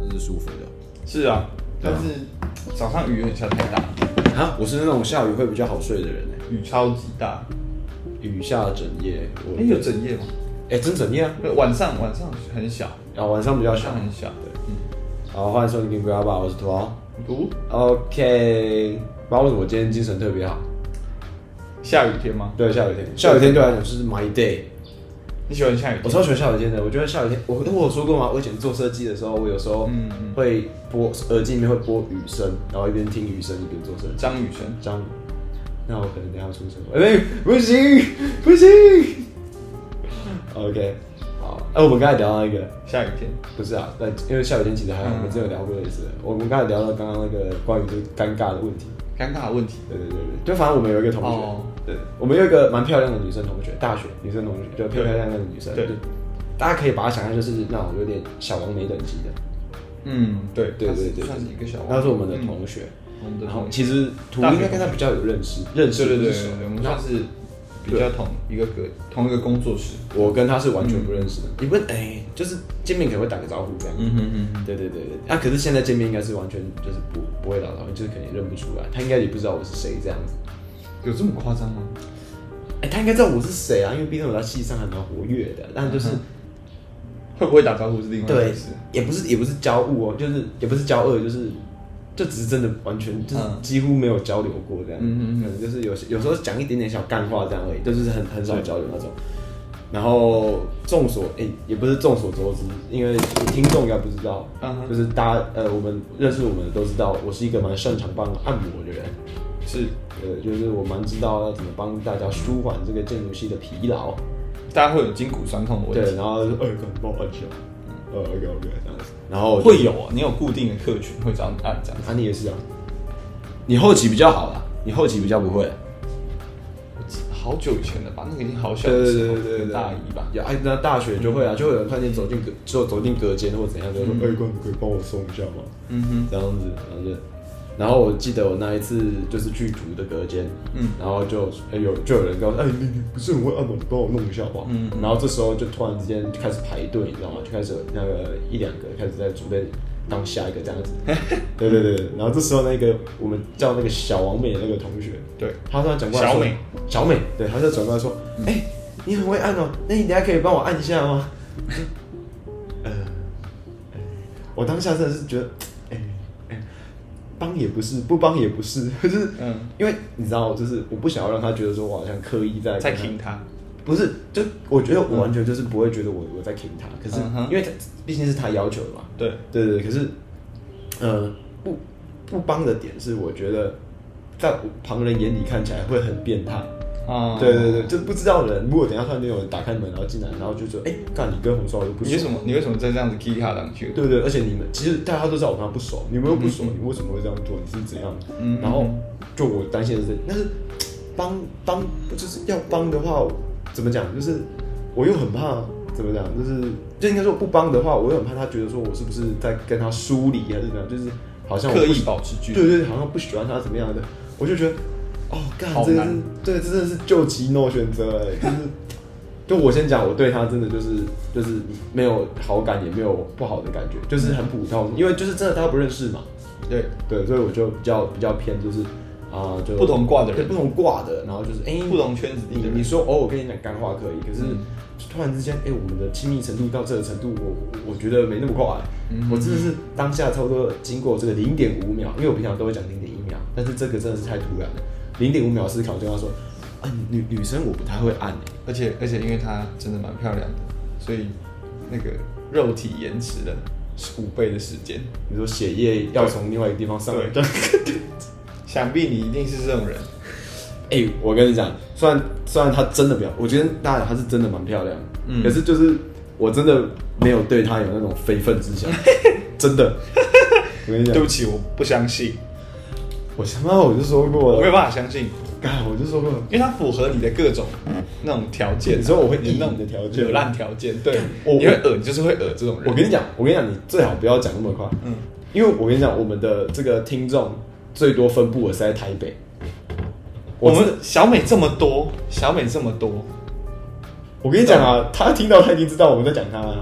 那是舒服的。是啊，但是早上雨有点下太大，啊，我是那种下雨会比较好睡的人欸雨超级大。雨下整夜，我哎、有整夜吗？哎、真整夜啊，对，晚上晚上很小，然后晚上比较晚小上。很小。对，嗯，好，欢迎收听《鬼爸爸》，我是土豪。哦读 OK，不知道为什么今天精神特别好。下雨天吗？对，下雨天，下雨天对我来讲就是 my day。你喜欢下雨我天？超喜欢下雨天的，我觉得下雨天，我我有说过吗？我以前做设计的时候，我有时候嗯嗯会播耳机里面会播雨声，然后一边听雨声一边做设计。张雨生，张，那我可能等一下出车祸。哎、不行不行。OK，好，哎、我们刚才聊到一个，下雨天。不是啊，那因为下雨天其实还好，嗯我们之前有聊过类似的。我们刚才聊到刚刚那个关于这个尴尬的问题。尴尬的问题，对对对对，就反正我们有一个同学，哦对，我们有一个蛮漂亮的女生同学，大学女生同学，就漂漂亮亮的女生，对就大家可以把她想象就是那种有点小王梅等级的，嗯，对，对他是对对，算是一个小王，她是我们的同学，哦嗯我们的然后同学其实图应该跟她比较有认识，认识对对不对是熟对，对我们然算后是比较同一个个同一个工作室。我跟她是完全不认识的，你问哎、就是见面可能会打个招呼这样，嗯哼嗯哼，对对对对，啊，可是现在见面应该是完全就是不不会打招呼，就是可能也认不出来，她应该也不知道我是谁这样子，有这么夸张吗？哎、她应该知道我是谁啊，因为毕竟我在戏上还蛮活跃的，但嗯就是。会不会打招呼是另外一对回事。，也不是也不是交恶哦，就是也不是交恶，就是就只是真的完全就是嗯几乎没有交流过这样，嗯嗯嗯可能就是有些有时候讲一点点小干话这样而已，就是很很少交流那种。然后众所诶、也不是众所周知，因为听众应该不知道嗯哼就是大家呃，我们认识我们的都知道，我是一个蛮擅长帮按摩的人，是，呃，就是我蛮知道要怎么帮大家舒缓这个建筑系的疲劳，大家会有筋骨酸痛的问对，题。然后呃，帮我按一下，呃，OK OK 这样子，然后我就会有啊，你有固定的客群会找你按这样。啊，你也是啊。你后期比较好啦，你后期比较不会。好久以前了吧？那个已经好小的时候，大一吧。有哎，那大学就会啊，就会有人看见走进隔，就走进隔间或怎样，就说：“哎，哥，你可以帮我送一下吗？”嗯哼，这样子，然后就，然后我记得我那一次就是去图的隔间，嗯，然后就哎有就有人跟我说：“哎，你你不是很会按摩，你帮我弄一下吧。”嗯嗯然后这时候就突然之间开始排队，你知道吗？就开始有那个一两个开始在准备当下一个这 样子。对对对，对然后这时候那个我们叫那个小王美的那个同学，对，他突然转过来说小美，嗯小美，对，他就转过来说，哎、你很会按哦，那你等下可以帮我按一下吗？呃，哎我当下真的是觉得，哎、哎帮也不是，不帮也不是， 就是，嗯因为你知道，就是我不想要让他觉得说我好像刻意在在跟他听他。不是，就我觉得我完全就是不会觉得我我在 king 他，可是嗯哼因为他毕竟是他要求的嘛，对，对对对，可是，呃，不不帮的点是，我觉得在我旁人眼里看起来会很变态。啊对对对，，就不知道的人，如果等一下突然间有人打开门然后进来，然后就说，哎、干你跟红烧又不熟，你为什么你为什么在这样子 key 他上去？对对，而且你们其实大家都知道我跟他不熟，你们又不熟，你为什么会这样做？你是怎样？嗯然后就我担心的是，但是帮帮就是要帮的话，怎么讲？就是我又很怕怎么讲？就是就应该说不帮的话，我又很怕他觉得说我是不是在跟他疏离还是怎么样？就是好像我不刻意保持距对离。对，好像不喜欢他怎么样的，我就觉得，哦，干，好这个难是对，这真的是救急 no 选择，哎， 就是，就我先讲，我对他真的就是就是没有好感，也没有不好的感觉，就是很普通，因为就是真的大家不认识嘛，对，对，所以我就比较比较偏就是啊、就不同挂的人对不同挂的，然后就是哎，不同圈子里你的你人，说偶尔跟你讲干话可以，可是嗯突然之间，哎、我们的亲密程度到这个程度，我我我觉得没那么快。嗯我真的是当下差不多经过这个零点五秒，因为我平常都会讲零点一秒，但是这个真的是太突然了。零点五秒思考，我就跟他说，啊，女女生我不太会按、欸，而且而且因为她真的蛮漂亮的，所以那个肉体延迟了五倍的时间。你说血液要从另外一个地方上来，对想必你一定是这种人， 哎、我跟你讲，虽然虽然她真的比较，我觉得大家她是真的蛮漂亮的，嗯可是就是我真的没有对她有那种非分之 想，真的。我跟你讲对，不起，我不相信，我他妈我就说过我没了，有办法相信。干，我就说过，因为它符合你的各种那种条件、啊，你说我会你的那种意淫的条件吗有烂条件，对，我你会恶，你就是会恶这种人。我跟你，讲，我跟你讲，你最好不要讲那么快，嗯，因为我跟你讲，我们的这个听众最多分布的是在台北。我是们小美这么多，小美这么多，我跟你讲啊，他听到他一定知道我们在讲他、啊，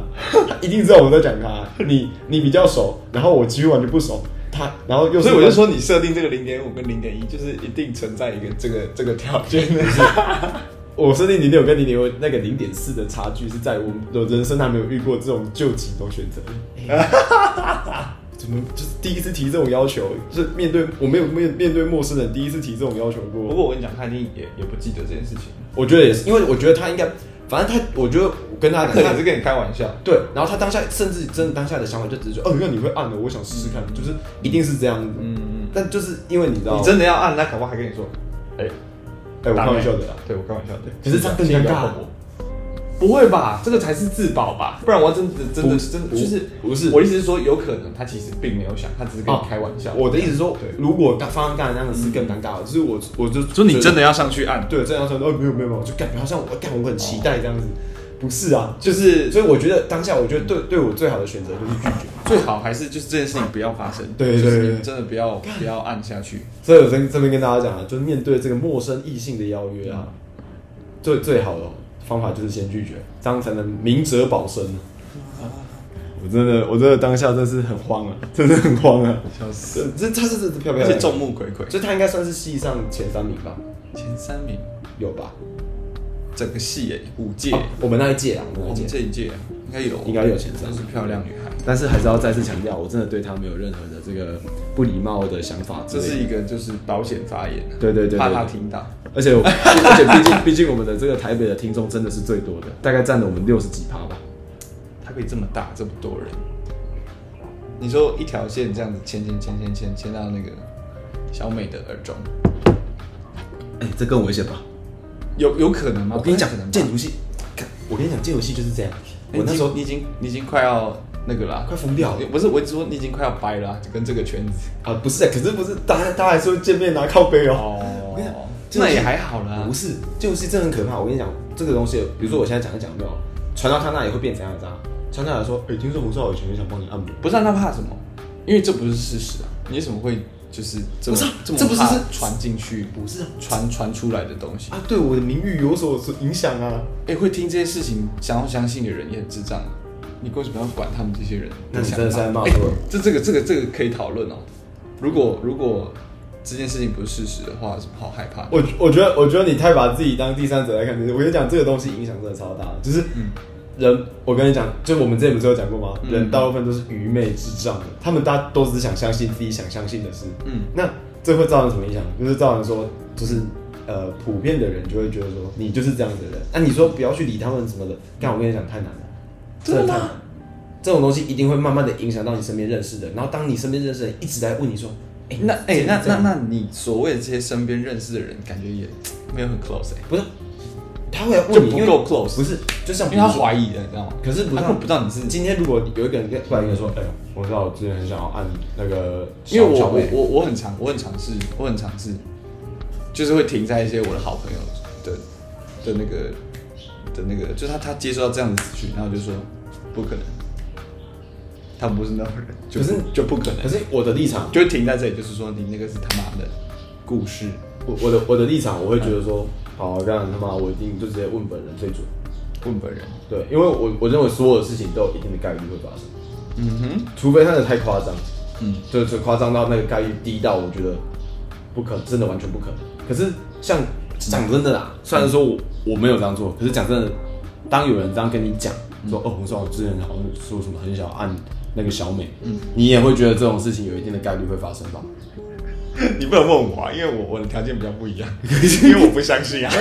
他一定知道我们在讲他、你你比较熟，然后我几乎完全不熟。他，然后又是所以我就说你设定这个零点五跟零点一，就是一定存在一个这个这个条 件的。我设定零点五跟零点五那个零点四的差距是在我我人生还没有遇过这种救急都选择，哎 怎么就是第一次提这种要求，就是面对我没有面面对陌生人第一次提这种要求不过。过我跟你讲，他一定也也不记得这件事情，我觉得也是，因为我觉得他应该，反正他，我觉得我跟他他可 能是跟你开玩笑。对，然后他当下甚至真的当下的想法就只是说，哦，那你会按的，我想试试看，就是一定是这样子。嗯嗯，但就是因为你知道，你真的要按，他搞不好还跟你说，哎、哎、我开玩笑的啦。对我开玩笑的。可是这样更尴尬请不要碰我。不会吧？这个才是自保吧？不然我真的真的不真的不就是不是我的意思是说，有可能他其实并没有想，他只是跟你哦开玩笑。我的意思是说对，如果刚发生刚才那样的事更尴尬了，就是我我就就你真的要上去按，对这样说，哦，没有没有没有，就感觉好像我干，我很期待这样子，不是啊。就是所以我觉得当下，我觉得对对我最好的选择就是拒绝。最好还是就是这件事情不要发生。对对就是对你真的不要不要按下去。所以我这这边跟大家讲啊，就是面对这个陌生异性的邀约啊，最最好的方法就是先拒绝，这样才能明哲保身。我真的，我真的当下真是很慌啊，真的很慌啊！笑死！这这他是真的漂漂亮而且亮，众目睽睽，就他应该算是系上前三名吧，前三名，有吧？整个系耶，五届，啊我们那一届啊，我们我那们一届，这一哦届应该有，应该有前三真是漂亮女孩。但是还是要再次强调，我真的对他没有任何的这个不礼貌的想法之这类的，是一个就是保险发言啊，对对对对怕他对听到。而且我 而且毕竟毕 竟我们的这个台北的听众真的是最多的，大概占了我们六十几趴吧。台北这么大，这么多人，你说一条线这样子牵牵牵牵牵牵到那个小美的耳中，哎、这更危险吧？有有可能吗？我跟你讲不太可能，吧建筑系，干我跟你讲，建筑系就是这样。哎我那时候你已经你已经你已经快要那个啦，快疯掉了不是，我只说你已经快要掰了啊、就跟这个圈子。啊，不是、可是不是，大家大家还是会见面拿靠背哦。我跟你讲哦，建筑那系也还好啦不。是，建筑系真的很可怕。我跟你讲，这个东西，比如说我现在讲一讲没有，传到他那里会变怎样的？传到他说，哎、听说洪少以前也想帮你按摩。不是、啊、那怕什么？因为这不是事实啊！你怎么会就是这不么是啊这么这不是怕是传进去，不是啊传传出来的东西？啊，对我的名誉有所影响啊。哎、会听这些事情想要相信的人也很智障啊！你为什么要管他们这些人那的你想法？真的是在骂哎他们这这个这个这个可以讨论哦。如果如果这件事情不是事实的话，有什么好害怕的？我我觉得，我觉得你太把自己当第三者来看这件事。我跟你讲，这个东西影响真的超大的，就是人，我跟你讲，就我们之前不是有讲过吗？嗯人大部分都是愚昧智障的，他们大家都只想相信自己想相信的事。嗯，那这会造成什么影响？就是造成说，就是呃，普遍的人就会觉得说，你就是这样子的人。那、你说不要去理他们什么的，但我跟你讲，太难了，真的吗太难了。这种东西一定会慢慢的影响到你身边认识的，然后当你身边认识的人一直在问你说，哎、那哎、那这那样那你所谓的这些身边认识的人，感觉也没有很 close 哎、不是，他会来就问你，不因为够 close 不是，就像因为他比如说怀疑了，你知道吗？可是不他是根本不知道你是，今天如果有一个人跟突然跟你说，哎、我知道我之前很想要按那个小，因为我小我妹我我很尝我很尝试我很尝试，就是会停在一些我的好朋友的的那个的那个，就是他他接收到这样的资讯，然后就说不可能，他不是那种人，就可是就不可能，可是我的立场，就会停在这里，就是说你那个是他妈的故事，我我的我的立场，我会觉得说，嗯好，这样他妈我一定就直接问本人最准，问本人，对，因为我我认为所有的事情都有一定的概率会发生，嗯哼，除非那个太夸张，嗯，就就夸张到那个概率低到我觉得不可，真的完全不可能。可是像讲真的啦，虽然说我我没有这样做，可是讲真的，当有人这样跟你讲说哦，我说我之前好像说什么很想按那个小美，你也会觉得这种事情有一定的概率会发生吧？ 你不能问我啊，因为我我的条件比较 不一样，因为我不相信啊，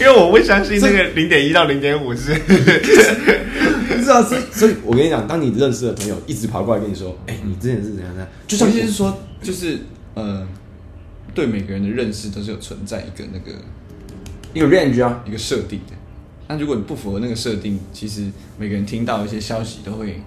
因为我不相信那个零点一到零点五是，不 是啊，所以所以我跟你讲，当你认识的朋友一直跑过来跟你说，哎、你之前是怎样怎样，就就像像我就是说，就是呃，对每个人的认识都是有存在一个那个一个 range 啊，一个设定的。那如果你不符合那个设定，其实每个人听到一些消息都会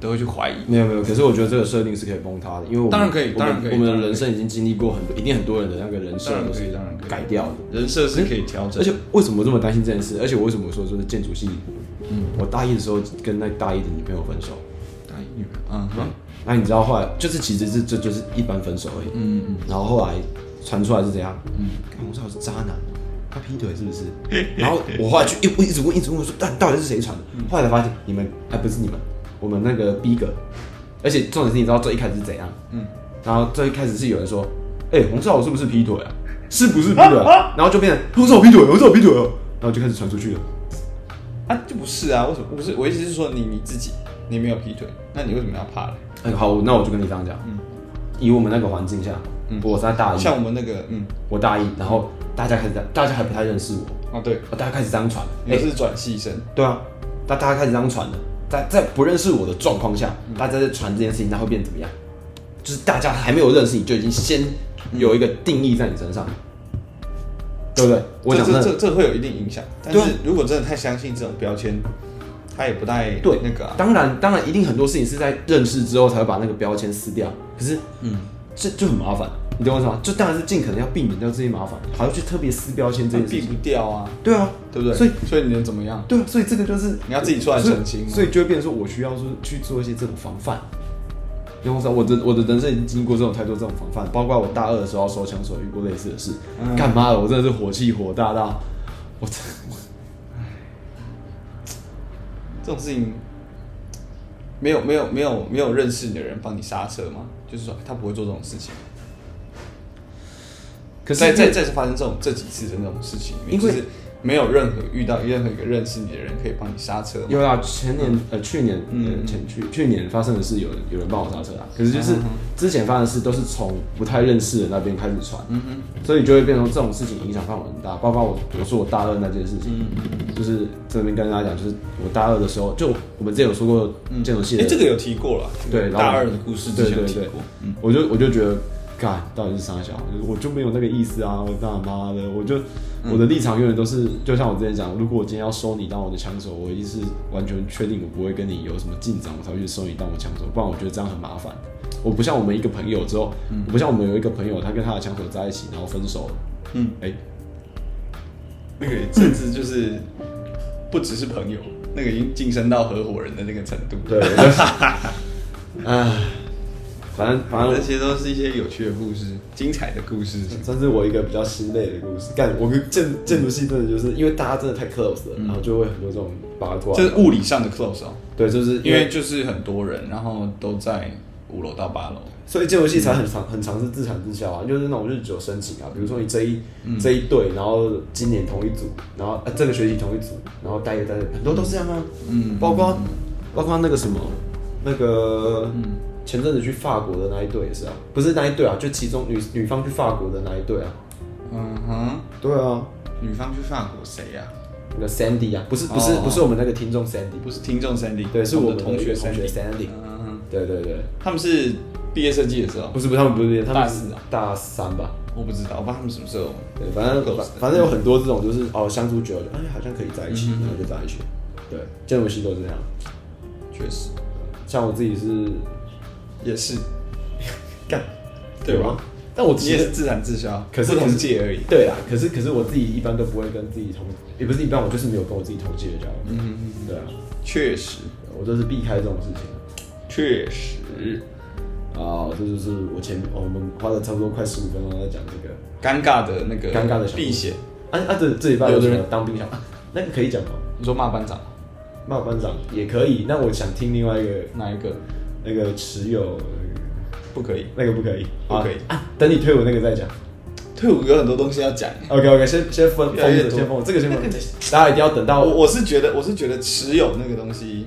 都会去怀疑。没有没有，可是我觉得这个设定是可以崩塌的，因为我们当然可以我们当然可以我们当的然可以人生已经经历过很多，一定很多人的那个人设当然都可以是当然可以改掉的。人设是可以调整，而且为什么我这么担心这件事？而且我为什么说就是建筑系？嗯，我大一的时候跟那大一的女朋友分手，大一女人，嗯哼，那你知道后来就是其实是这就是一般分手而已。嗯嗯然后后来传出来是怎样？嗯，干我操，是渣男，哦他劈腿是不是？然后我后来就一一直问一直问我说，但到底是谁传的？后来才发现你们哎不是你们，我们那个逼格，而且重点是你知道最一开始是怎样？嗯，然后最一开始是有人说，哎、洪少是不是劈腿啊？是不是劈腿、啊？然后就变成洪少劈腿，洪少劈腿哦，然后就开始传出去了。啊就不是啊，为什么不是？我意思是说你你自己，你没有劈腿，那你为什么要怕呢？哎、好，那我就跟你这样讲，以我们那个环境下，我在大一，嗯像我们那个，嗯，我大一，然后大家开始在，大家还不太认识我，哦对，大家开始这样传，哎、你是转系生，对啊，大大家开始这样传了，在在不认识我的状况下，嗯大家在传这件事情，那会变怎么样？就是大家还没有认识你，就已经先有一个定义在你身上，对不对？我这讲这真这的，这会有一定影响，但是对啊如果真的太相信这种标签，他也不太对那个啊，当然当然，一定很多事情是在认识之后才会把那个标签撕掉，可是嗯，这就很麻烦，你懂我意思吗？就当然是尽可能要避免掉这些麻烦，还要去特别撕标签这这件事避情。不掉啊，对啊，对不对？所以所以你能怎么样？对啊，所以这个就是你要自己出来所以澄清嘛所以就会变成说我需要说去做一些这种防范。因为我知道我的我的人生已经经过这种太多这种防范，包括我大二的时候手枪手遇过类似的事，嗯干嘛的？我真的是火气火大到，我真我这种事情没有没有没有没有认识你的人帮你刹车吗？就是说他不会做这种事情。可是再再这再次发生这种这几次的那种事情里面，因为就是没有任何遇到任何一个认识你的人可以帮你刹车嘛。有啦，前年呃去年嗯呃前去去年发生的事有人有人帮我刹车啊，可是就是嗯嗯之前发生的事都是从不太认识的那边开始传，嗯哼，所以就会变成这种事情影响范围很大，包括我我说我大二那件事情，嗯就是这边跟大家讲，就是我大二的时候，就我们之前有说过建筑系哎、的，这个有提过了，对然后大二的故事之前有对提对对过，，我就我就觉得，干到底是啥小，就是我就没有那个意思啊，我大妈的，我就、我的立场永远都是，就像我之前讲，如果我今天要收你当我的枪手，我一定是完全确定我不会跟你有什么进展，我才会去收你当我枪手，不然我觉得这样很麻烦。我不像我们一个朋友之后，我不像我们有一个朋友，他跟他的枪手在一起，然后分手了。嗯，哎、那个甚至就是不只是朋友，那个已经晋升到合伙人的那个程度。对，我就 唉，反正反正这我些都是一些有趣的故事，精彩的故事。算是我一个比较心累的故事。干，我跟建建筑系真的就是因为大家真的太 close 了，然后就会很多这种八卦。啊这是物理上的 close 哦，对，就是因为就是很多人，然后都在五楼到八楼。所以建筑系才很常很常是自产自销啊，就是那种日久生情啊。比如说你这一、嗯这一队，然后今年同一组，然后、呃、这个学期同一组，然后待着待着，很多都是这样啊。嗯包括包括那个什么那个嗯前阵子去法国的那一队也是啊，不是那一队啊，就其中女女方去法国的那一队啊。嗯哼，对啊，女方去法国谁啊呀、那个 Sandy 啊，不是不是、哦不是我们那个听众 Sandy，不是听众 Sandy，对，是我们们的的同一学个同学 Sandy。 Sandy。嗯哼，对对对，他们是毕业设计的时候不，是不是他们不是他大们四是啊大三吧？我不知道，我不知道他们什么时候。对，反正 Close 反反正有很多这种，就是哦相处久了，哎，好像可以在一起，嗯然后就在一起。对，建筑系都是这样。确实像我自己是也是，干，对吧有啊？但我你其也实是自产自销，可是不同届而已。对啦，可是可是我自己一般都不会跟自己同，也不是一般，我就是没有跟我自己同届的交往。嗯嗯嗯，对啊，确实，我都是避开这种事情。确实，啊，这就是我前面哦我们花了差不多快十五分钟在讲这个。尴尬的那个尴尬的小避嫌。啊啊，这这礼拜有有的什人么当兵想法，那个可以讲吗？你说骂班长骂班长也可以。那我想听另外一个哪一个？那个持有那个不可以，那个不可以，不可以啊啊！等你退伍那个再讲。退伍有很多东西要讲。 OK OK，先先封封越来越着，多先封着这个先封着，大家一定要等到我我是觉得，我是觉得持有那个东西，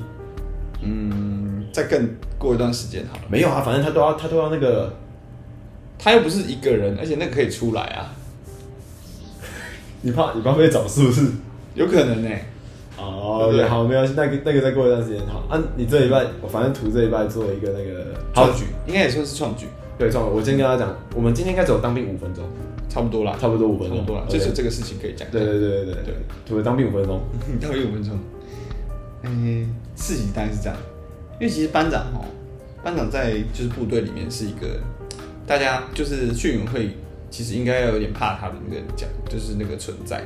嗯，再更过一段时间好了。没有啊，反正他都要他都要那个，他又不是一个人，而且那个可以出来啊，你怕你怕被找是不是？有可能呢、哦对对，好，没关系，那个那个再过一段时间好啊。你这礼拜，我反正图这礼拜做一个那个创举，应该也算是创举，对，创举。我先跟他讲，我们今天应该只有当兵五分钟，差不多啦，差不多五分差钟，不多啦， OK 就是这个事情可以讲。对对对对对对， 除了当兵五分钟，哎到底五分钟？嗯、自己当然是这样，因为其实班长哦，班长在就是部队里面是一个大家就是训委会其实应该要有点怕他的那个讲，就是那个存在。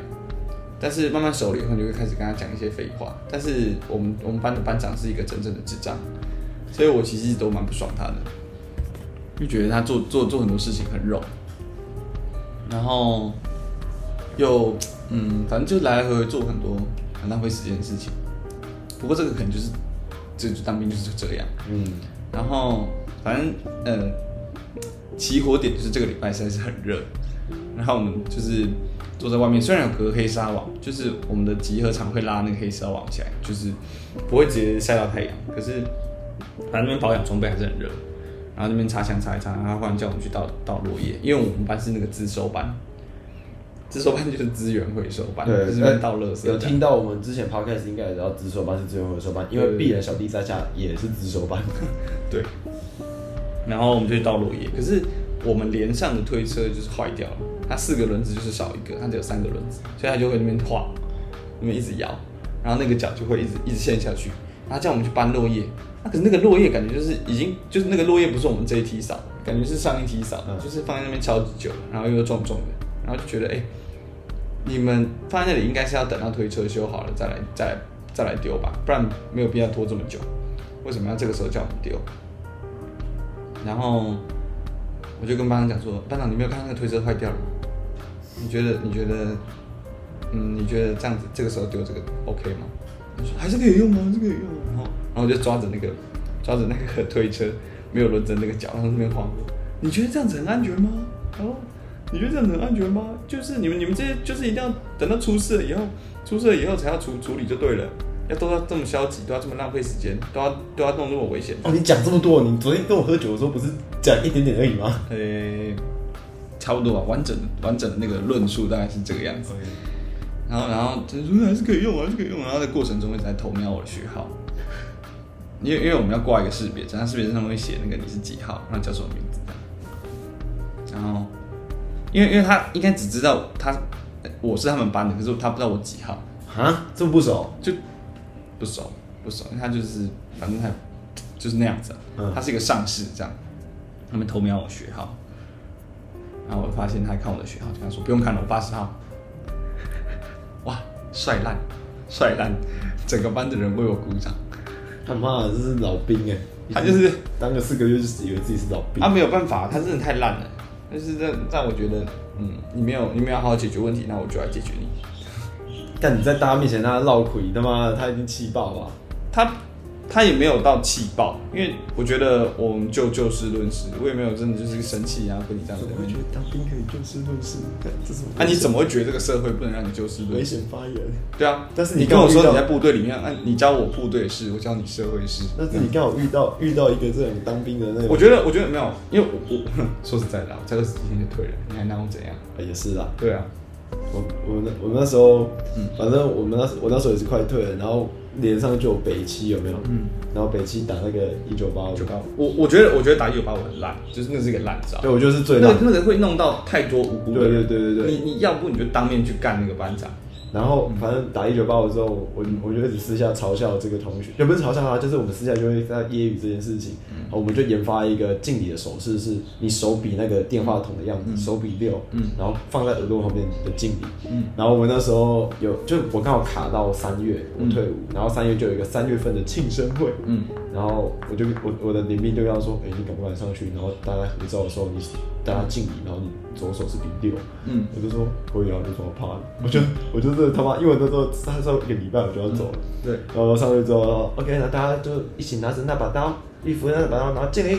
但是慢慢熟了以后，你就会开始跟他讲一些废话。但是我们我们班的班长是一个真正的智障，所以我其实一直都蛮不爽他的，就觉得他做做做很多事情很肉，然后又嗯，反正就来来回回做很多很浪费时间的事情。不过这个可能就是，这就当兵就是这样。嗯，然后反正嗯，起火点就是这个礼拜实在是很热，然后我们就是坐在外面，虽然有隔黑纱网，就是我们的集合场会拉那个黑纱网起来，就是不会直接晒到太阳，可是反正那边保养装备还是很热。然后那边擦枪擦一擦，然后忽然叫我们去倒倒落叶，因为我们班是那个自收班，自收班就是资源回收班，就是那边倒垃圾这有样。听到我们之前 podcast 应该也知道自首班是最后的收班，因为鄙人小弟在下也是自首班。对。然后我们就去倒落叶，可是我们连上的推车就是坏掉了，它四个轮子就是少一个，它只有三个轮子，所以它就会那边晃，那边一直摇，然后那个脚就会一直一直陷下去。然后叫我们去搬落叶，那、可是那个落叶感觉就是已经就是那个落叶不是我们这一梯扫，感觉是上一梯扫，嗯就是放在那边超级久，然后又重重的，然后就觉得哎、你们放在那里应该是要等到推车修好了再来再来再来丢吧，不然没有必要拖这么久。为什么要这个时候叫我们丢？然后我就跟班长讲说，班长你没有看到那个推车坏掉了吗？你觉得你觉得嗯你觉得这样子这个时候丢这个 OK 吗？他说还是可以用啊，还是可以用啊。然后然后我就抓着那个抓着那个推车没有轮子的那个脚，然后那边晃。你觉得这样子很安全吗？然后你觉得这样子很安全吗？就是你们你们这些就是一定要等到出事了以后，出事了以后才要处处理就对了，要都要这么消极，都要这么浪费时间，都要都要弄这么危险。 哦，你讲这么多，你昨天跟我喝酒的时候不是讲一点点而已吗？呃、差不多吧，完整完整的那个论述大概是这个样子。然后，然后他说还是可以用，还是可以用。然后在过程中一直在偷瞄我的学号，因为因为我们要挂一个识别证，它识别证上面会写那个你是几号，然后叫什么名字这样。然后，因为因为他应该只知道他我是他们班的，可是他不知道我几号，啊，这么不熟？就不熟不熟，因为他就是反正他就是那样子、啊，嗯他是一个上士这样，他们偷瞄我学号，然后我发现他看我的学号，就跟他说不用看了，我八十号，哇，帅烂帅烂，整个班的人为我鼓掌，他妈的，这是老兵哎、他就是当个四个月就是以为自己是老兵他、。没有办法，他真的太烂了，但是让让我觉得，嗯，你没有你没有好好解决问题，那我就来解决你。但你在大家面前让他绕腿，他妈的他已经气爆了吧。他他也没有到气爆，因为我觉得我们就就事论事，我也没有真的就是生气啊，跟你这样子。啊我觉得当兵可以就事论事，这是那、你怎么会觉得这个社会不能让你就事论危事？险发言？对啊，但是你你跟我刚好遇说到你在部队里面，那、啊你教我部队事，我教你社会事。但是你刚好遇到遇到一个这种当兵的那种，我觉得，我觉得没有，因为我我 说实在的啊，我才二十几天就退了，你还拿我怎样？得也是啦。对啊，我我那我那时候，嗯反正我们那时我那时候也是快退了，然后连上就有北七有没有？嗯，然后北七打那个一九八五，九八五，我我觉得我觉得打一九八五很烂，就是那是一个烂招对，。我就是最那烂个。那个会弄到太多无辜的人。对对对对对你你要不你就当面去干那个班长，然后反正打一九八五之后，我我就一直私下嘲笑这个同学，也不是嘲笑他，就是我们私下就会在揶揄这件事情。嗯我们就研发一个敬礼的手势，是你手比那个电话筒的样嗯子，手比六，然后放在耳朵旁边的敬礼。嗯然后我那时候有，就我刚好卡到三月，我退伍，然后三月就有一个三月份的庆生会。嗯然后我就我我的林兵就跟他说，哎、你敢不敢上去？然后大家合照的时候，你大家敬礼，然后你左手是比六，嗯，我就说可以啊，有什么怕的？我就我就真的他妈，因为我那时候他说一个礼拜我就要走了，对，然后上去之后然后，OK，那大家就一起拿着那把刀，一扶着那把刀，然后敬礼，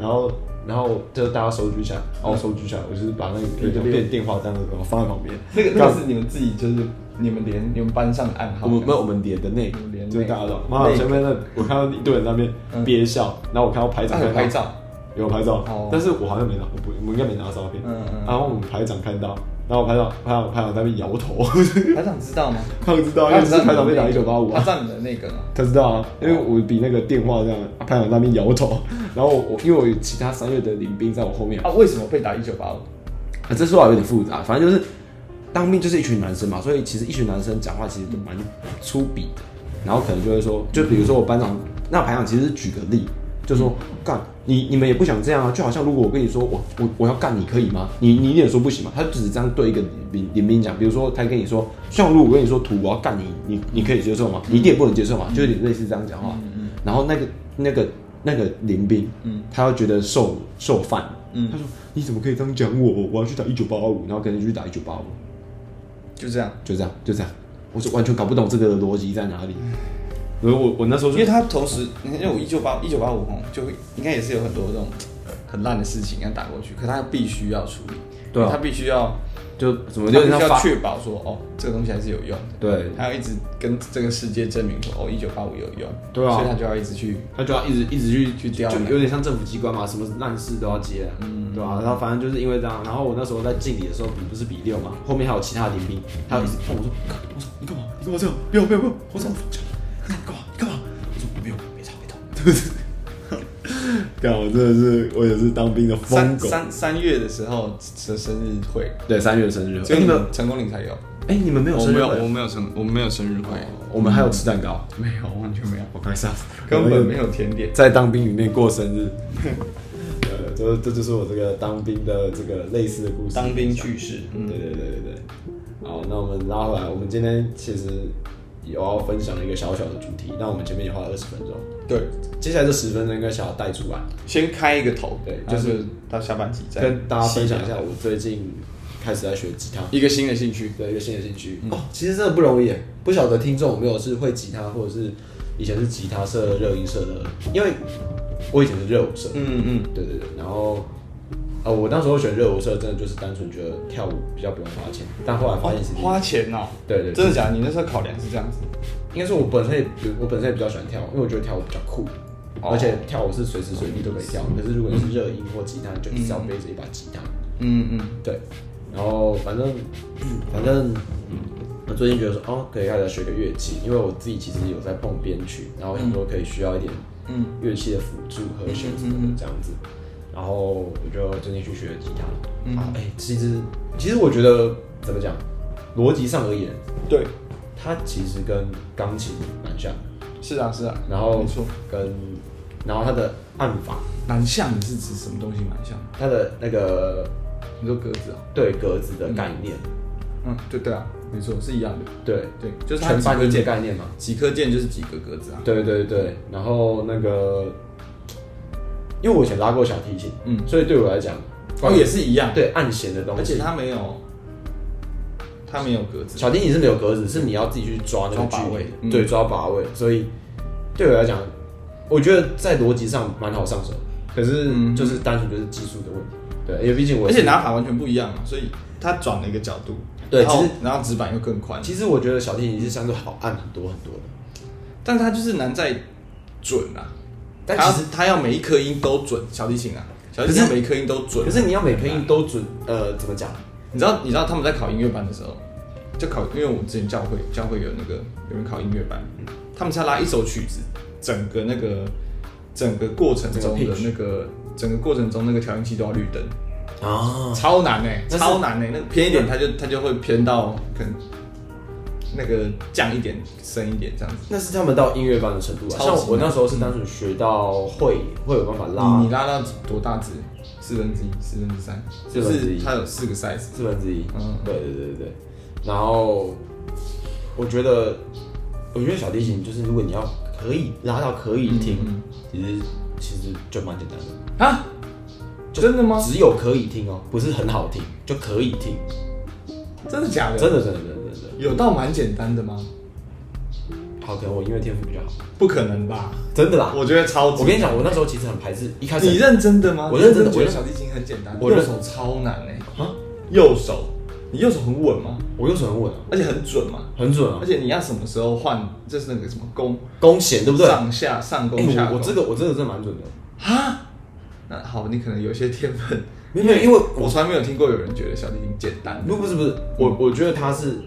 然后然后就大家手举起来，然后我手举起来，我就是把那个对有电电话这样子然后放在旁边，那个那干个是你们自己，就是你们连你们班上的暗号。我们没有，我们连的那我们个，连内就是大家都，妈的，前面那我看到一堆人在那边憋笑，然后我看到排长他有看到拍照，有拍照哦，但是我好像没拿，我不，我应该没拿照片。嗯嗯然后我们排长看到，然后我排长排长排长在那边摇头，排长知道吗？他知啊道，因为是排长被打一九八五他啊，知道你的那个吗？他知道啊，因为我比那个电话这样，啊排长在那边摇头，然后我我因为我有其他三月的领兵在我后面，啊，为什么被打一九八五？啊，这说法有点复杂，反正就是当兵就是一群男生嘛，所以其实一群男生讲话其实都蛮粗鄙的，然后可能就会说，就比如说我班长那排长其实是举个例，就说干你你们也不想这样啊，就好像如果我跟你说我我我要干你可以吗？你你也说不行嘛，他就只是这样对一个林林兵讲，比如说他跟你说，像如果我跟你说图我要干你，你你可以接受吗？你一定也不能接受嘛，就有点类似这样讲话。然后那个那个那个林兵，嗯，他会觉得受受犯，嗯，他说你怎么可以这样讲我？我要去打一九八五，然后跟人去打一九八五，就这样。就这样就这样，我就完全搞不懂这个逻辑在哪里。所以我我那时候因就为他同时，你看，因为我一九八一九八五哦，就会应该也是有很多这种很烂的事情要打过去，可他必须要处理，对啊他必须要，就怎他么必就须像要发确保说，哦，这个东西还是有用的，对，他要一直跟这个世界证明说，哦，一九八五有用，对啊所以他就要一直去，他就要一直一直去去刁就难有点像政府机关嘛，什么烂事都要接、啊，嗯对吧、然后反正就是因为这样，然后我那时候在敬礼的时候，比不是比六嘛，后面还有其他的林兵，他一直嗯碰我说，干我说你干嘛？你干嘛这样？不要不要不要！我说你干嘛？你干嘛？我说没有，没吵没吵，对不对？干，我真的是我也是当兵的三三三月的时候的生日会，对，三月生日只会，哎你有你们们成功岭才有，哎你们没有哦我生没日有，哦会我？没有成，我们没有生日会，我们还有吃蛋糕，没有，完全 没有，我快笑，根本没有甜点。在当兵里面过生日。 呃，这这就是我这个当兵的这个类似的故事。当兵趣事，嗯，对对对对对。好，那我们拉回来，我们今天其实有要分享一个小小的主题，那我们前面也花了二十分钟，对，接下来这十分钟应该想要带出来，先开一个头，对然后就是到下半集再跟大家分享一细下聊我最近开始在学吉他一个新的兴趣。的一个新的兴趣、嗯哦，其实真的不容易耶，不晓得听众有没有是会吉他，或者是以前是吉他社、热音社的，因为我以前是热舞社，嗯嗯，对对对，然后呃，我当时候选热舞社，真的就是单纯觉得跳舞比较不用花钱，但后来发现其实花钱哦，对对对真的假的？你那时候考量是这样子，应该说我本身也我本身也比较喜欢跳，因为我觉得跳舞比较酷，哦而且跳舞是随时随地都可以跳，可是如果你是热音或吉他，你就至少背着一把吉他，嗯嗯，对，然后反正反正。我最近觉得说，哦，可以开始学个乐器，因为我自己其实有在碰编曲，然后想说可以需要一点嗯乐器的辅助和弦什么的这样子。然后我就最近去学吉嗯他，啊，哎、其实其实我觉得怎么讲，逻辑上而言，对，它其实跟钢琴蛮像的，是啊是啊，然后没错，跟然后它的按法，蛮像的是指什么东西蛮像？它的那个你说格子啊？对格子的概念，嗯，对对啊，没错，是一样的，对，对，就是它全几班颗理解键，概念嘛，几颗键就是几个格子啊，对对对，然后那个，因为我以前拉过小提琴，嗯所以对我来讲，哦也是一样，，对按弦的东西，而且它没有，它没有格子，小提琴是没有格子，是你要自己去抓那个嗯抓把距位离，嗯对，抓把位。所以对我来讲，我觉得在逻辑上蛮好上手，可是嗯就是单纯就是技术的问题。对，因为毕竟我而是且拿法完全不一样啊嘛，所以它转了一个角度，对然后其实然后指板又更宽，其实我觉得小提琴是相对好按很多很多的，但它就是难在准啊。但它其实它要每一颗音都准，小提琴啊，小提可琴是要每一颗音都准可。啊是你要每颗音都准，呃，怎么讲？你知道你知道他们在考音乐班的时候，就考，因为我之前教会教会有那个有人考音乐班，嗯他们是要拉一首曲子，整个那个整个过程中整的个 pitch 那个整个过程中那个调音器都要绿灯，啊，超难哎、但是超难哎、那偏一点它就它就会偏到可能那个降一点深一点这样子。那是他们到音乐班的程度啊。超级像我难嗯那时候是单纯学到会会有办法拉你你拉到多大值？四分之一、四分之三，四就分之一是它有四个 size。四分之一。嗯对对对对对。然后我觉得，我觉得小提琴就是如果你要可以拉到可以听，嗯其实其实就蛮简单的。啊？真的吗？只有可以听哦，不是很好听，就可以听。真的假的？真的真的真的真的真有到蛮简单的吗？的。好，可能我音乐天赋比较好，不可能吧？真的啦。我我觉得超级。我跟你讲，我那时候其实很排斥，一开始你认真的吗？我认真的你觉我得认小提琴很简单，我右认手超难哎、啊，右手，你右手很稳吗？我右手很稳啊，而且很准吗？很准啊而，且你要什么时候换？就是那个什么弓，弓弦对不对？哎上下上弓下我弓。我这个我这个真的蛮准的，啊？那好，你可能有些天分。没有没有，因为我从来没有听过有人觉得小提琴简单。不不是不是，我我觉得他是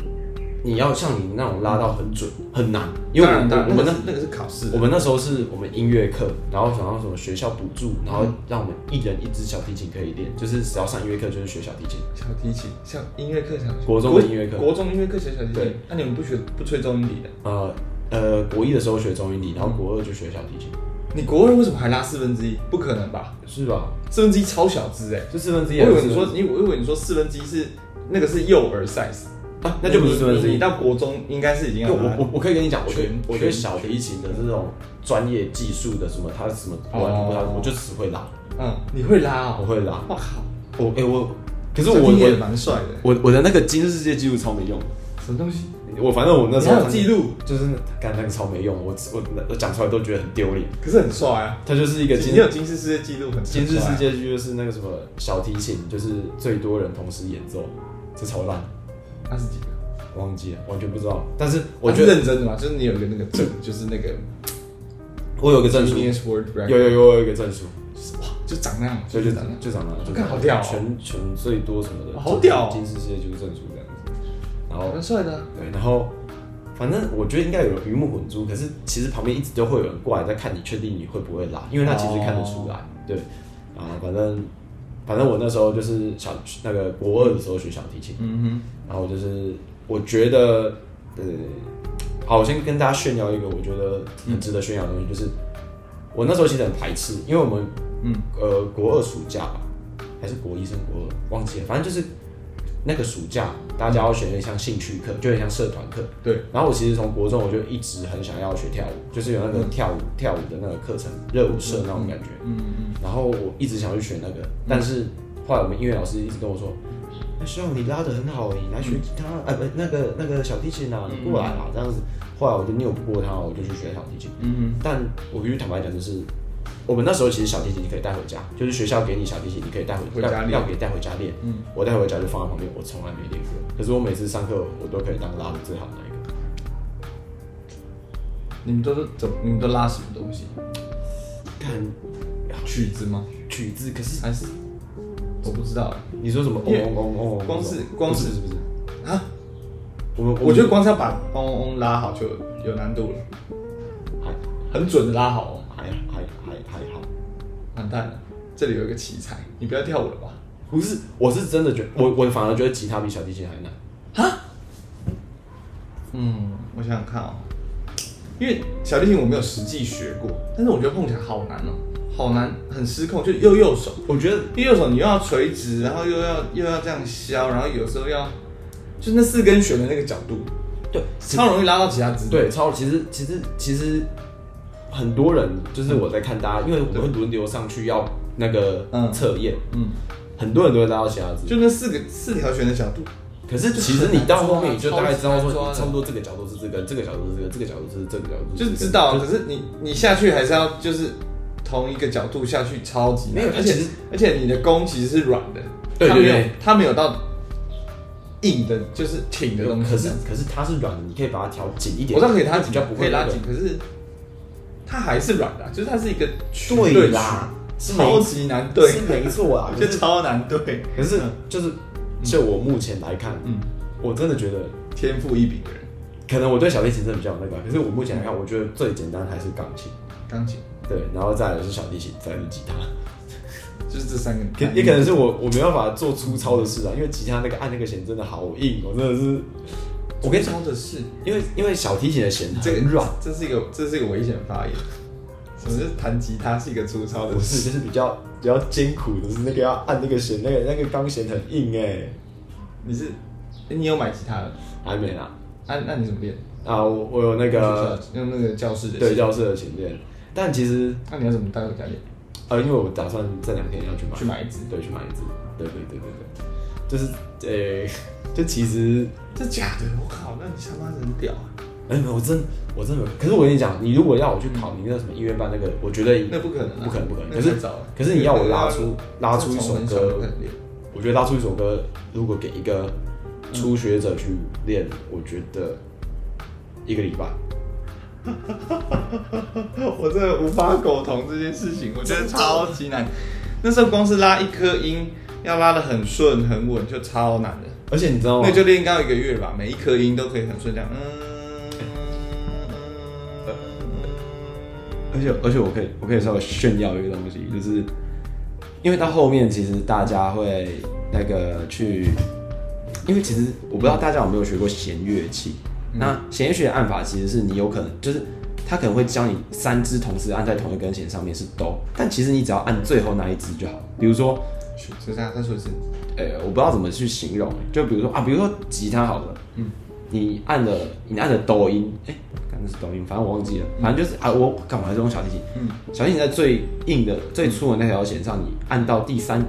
你要像你那种拉到很准很难，因为我当然当然我们那那个是那个是考试的，我们那时候是我们音乐课，然后想要什么学校补助，然后让我们一人一支小提琴可以练，就是只要上音乐课就是学小提琴。小提琴，像音乐课小提琴国中的音乐课国中音乐课学小提对琴。那、你们不学不吹中音笛的？呃，呃，国一的时候学中音笛，然后国二就学小提琴，你国二为什么还拉四分之一？不可能吧？是吧？四分之一超小只哎、就四分之我一啊以还是四分之为你一。说，你我以为你说四分之一是那个是幼儿 size，啊，那就不是四分之你一你。到国中应该是已经因要为拉我我我可以跟你讲，我对全我对全小提琴的这种专业技术的什么，它什么哦我完全不知道，我就只会拉，嗯，你会拉我哦、会拉。我靠，我哎我，可是这我我也我蛮帅的、我我的那个吉尼斯世界纪录超没用的，什么东西？我反正我那时你还候有记录，就是干那个超没用，我我我讲出来都觉得很丢脸。可是很帅啊！它就是一个你金有金氏世界纪录，很今日很帅世啊界剧就是那个什么小提琴，就是最多人同时演奏，这超烂，他是几个？忘记了，完全不知道。但是我我觉觉得得认真的嘛，就是你有一个那个证，就是那个我有个证书， Guinness World 有 Record，有有我有一个证书，就长那样，所以就就长长那样。就长了，就干长好屌哦全全最多什么的，好屌哦金世界就是证书这样子。然后蛮帅的啊、对，然后反正我觉得应该有人鱼目混珠，可是其实旁边一直都会有人过来在看你，确定你会不会拉，因为他其实看得出来。对，然后反正反正我那时候就是小那个国二的时候学小提琴，嗯然后就是我觉得呃，好，我先跟大家炫耀一个我觉得很值得炫耀的东西，就是我那时候其实很排斥，因为我们嗯呃国二暑假吧，还是国一升国二忘记了，反正就是那个暑假大家要选一项兴趣课，就很像社团课。哼，对，然后我其实从国中我就一直很想要学跳舞，就是有那个跳舞、跳舞的那个课程，热舞社那种感觉。嗯嗯，然后我一直想去学那个，但是后来我们音乐老师一直跟我说，那哎希望你拉的很好，你来学吉他，啊不，那个那个小提琴啊，你过来啦，这样子。后来我就拗不过他，我就去学小提琴。嗯但我必须坦白讲，就是我们那时候其实小提琴你可以带回家，就是学校给你小提琴，你可以带回回家练要要给带回家练。嗯我带回家就放在旁边，我从来没练过。可是我每次上课我都可以当拉的最好的那一个。你们都是怎么？你们都拉什么东西？看曲子吗？曲子，可是还是我不知道你说什么？哦因为哦哦哦，光是光是是不是？啊。我们我觉得光是要把嗡嗡嗡拉好就有难度了，还很准的拉好哦，还还还还好。完蛋了。这里有一个奇才，你不要跳舞了吧？不是，我是真的觉我我反而觉得吉他比小提琴还难。嗯，我想想看哦，因为小提琴我没有实际学过，但是我觉得碰起来好难哦，好难，很失控，就右右手，我觉得右右手你又要垂直，然后又要又要这样削，然后有时候要，就那四根弦的那个角度，对超容易拉到其他肢。，对超，其实其实其实很多人就是我在看大家，因为我们会轮流上去要那个嗯测验，嗯，很多人都会拉到其他字。就那四个四条弦的角度，可是其实你到后面你就大概知道超级难抓说，的差不多这个角度是这个，这个角度是这个，这个角度是这个角度，就是知道，可是你你下去还是要就是同一个角度下去，超级没难有而其且实而且你的弓其实是软的，对它没有对对它没有到硬的，就是挺的东西。可是可是它是软的，你可以把它调紧一点，我知道可以拉紧，比较不可会以拉那个紧，可是它还是软的啊、就是它是一个曲对啦，是曲超没级难对，是没错啊，可就是超难对，可是就是就我目前来看，嗯，我真的觉得天赋异禀的人，可能我对小提琴真的比较有那个，可是我目前来看，我觉得最简单还是钢琴，钢琴对，然后再来是小提琴，再来是吉他，就是这三个，可也可能是我我没办法做粗糙的事啊，因为吉他那个按那个弦真的好硬，我真的是，我跟你讲，说的是因为因为小提琴的弦这个很软，，这是一个这是一个危险发言。什么是弹吉他是一个粗糙的不是事？就是比较比较艰苦的是那个要按那个弦，那个那个钢弦很硬哎、你是诶你有买吉他了？还没啦，啊，那你怎么练？啊我我有那个用那个教室的。对。教室的琴练，但其实那你要怎么带回家练？呃，因为我打算这两天要去买去买一支对，去买一支，对对对对对，就是呃、 就其实，这假的！我靠，那你他妈真屌啊！哎、没有，我真我真的没有，可是我跟你讲，你如果要我去考你那个什么音乐班那个，我觉得那不可能啊不可能，不可能。那可是太早了啊可是你要我拉出那拉出一首从很小就歌开始练，我觉得拉出一首歌，如果给一个初嗯学者去练，我觉得一个礼拜，我真的无法苟同这件事情，我觉得超级难。那时候光是拉一颗音，要拉的很顺很稳，就超难的。而且你知道吗那？就练到一个月吧，每一颗音都可以很顺，这样。嗯。而且而且我可以我可以稍微炫耀一个东西，就是因为到后面其实大家会那个去，因为其实我不知道大家有没有学过弦乐器，那弦乐学的按法其实是你有可能就是。他可能会教你三只同时按在同一根弦上面是哆，但其实你只要按最后那一只就好。比如说，去就这样，再说一次。呃、我不知道怎么去形容、就比如说啊，比如说吉他好了，嗯，你按了你按了抖音，哎、看那是抖音，反正我忘记了，反正就是啊，我干嘛还是用小提琴？嗯，小提琴在最硬的、最粗的那条弦上，你按到第三、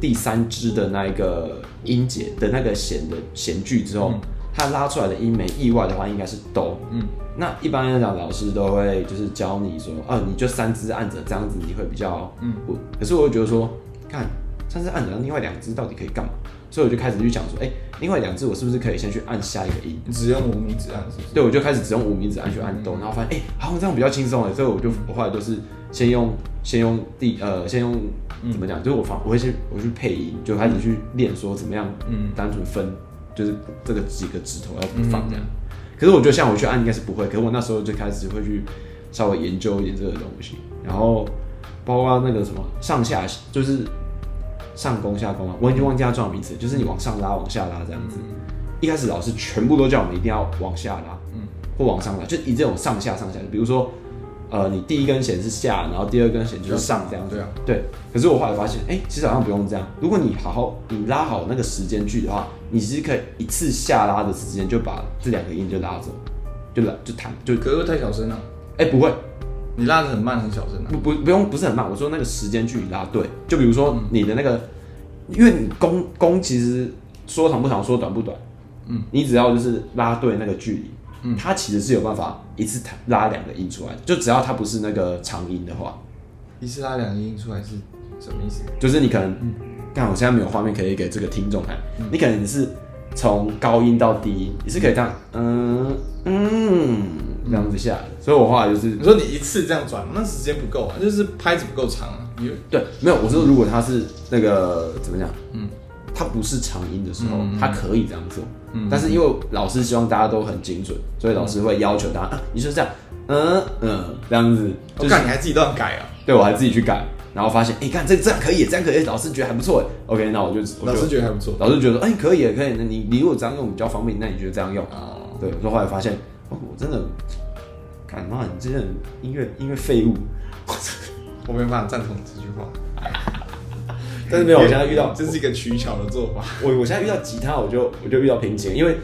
第三支的那一个音节的那个弦的弦距之后，它拉出来的音没意外的话，应该是哆，嗯。那一般来讲，老师都会就是教你说，啊，你就三支按着这样子，你会比较嗯。可是我就觉得说，看上次按着另外两只到底可以干嘛？所以我就开始去想说，哎、另外两只我是不是可以先去按下一个音？你只用无名指按啊是不是？对，我就开始只用无名指按去按动，然后发现哎、好像这样比较轻松哎，所以我就我后来都是先用先用第呃先用怎么讲，就是我反我会去我去配音，就开始去练说怎么样，嗯，单纯分就是这个几个指头要怎么放这样。可是我觉得像我去按应该是不会，可是我那时候就开始会去稍微研究一点这个东西，然后包括那个什么上下就是上弓下弓啊，我已经忘记它专有名词，就是你往上拉往下拉这样子。一开始老师全部都叫我们一定要往下拉，嗯，或往上拉，就以这种上下上下，比如说。呃，你第一根弦是下，然后第二根弦就是上这样子。对啊，对。可是我后来发现，哎、其实好像不用这样。如果你好好你拉好那个时间距的话，你其实可以一次下拉的时间就把这两个音就拉走，就拉就弹就可是会太小声了、哎、不会你拉的很慢，很小声啊。不不不用不是很慢，我说那个时间距离拉对，就比如说你的那个，因为你弓弓其实说长不长，说短不短，嗯，你只要就是拉对那个距离，嗯，它其实是有办法一次弹拉两个音出来的，就只要它不是那个长音的话，一次拉两个音出来是什么意思？就是你可能，但、我现在没有画面可以给这个听众看，你可能是从高音到低音，你是可以这样，嗯嗯这样子下来的，所以我后来就是你说你一次这样转，那时间不够啊，就是拍子不够长啊。因为对，没有，我说如果他是那个怎么讲，嗯，他不是长音的时候，嗯他可以这样做，但是因为老师希望大家都很精准，所以老师会要求大家，啊、你就这样，嗯嗯，这样子，我、就是看、你还自己乱改啊，对我还自己去改，然后发现，哎、看这这样可以，这样可以，老师觉得还不错，OK，那我就我就老师觉得还不错。老师觉得，哎、可以可以，那你你如果这样用比较方便，那你就这样用，哦，对，所以后来发现，哦，我真的，干妈，你这些人音乐音乐废物， 我没有办法赞同这句话。但是没有，我现在遇 到这是一个取巧的做法。我我现在遇到吉他，我就我就遇到瓶颈，因为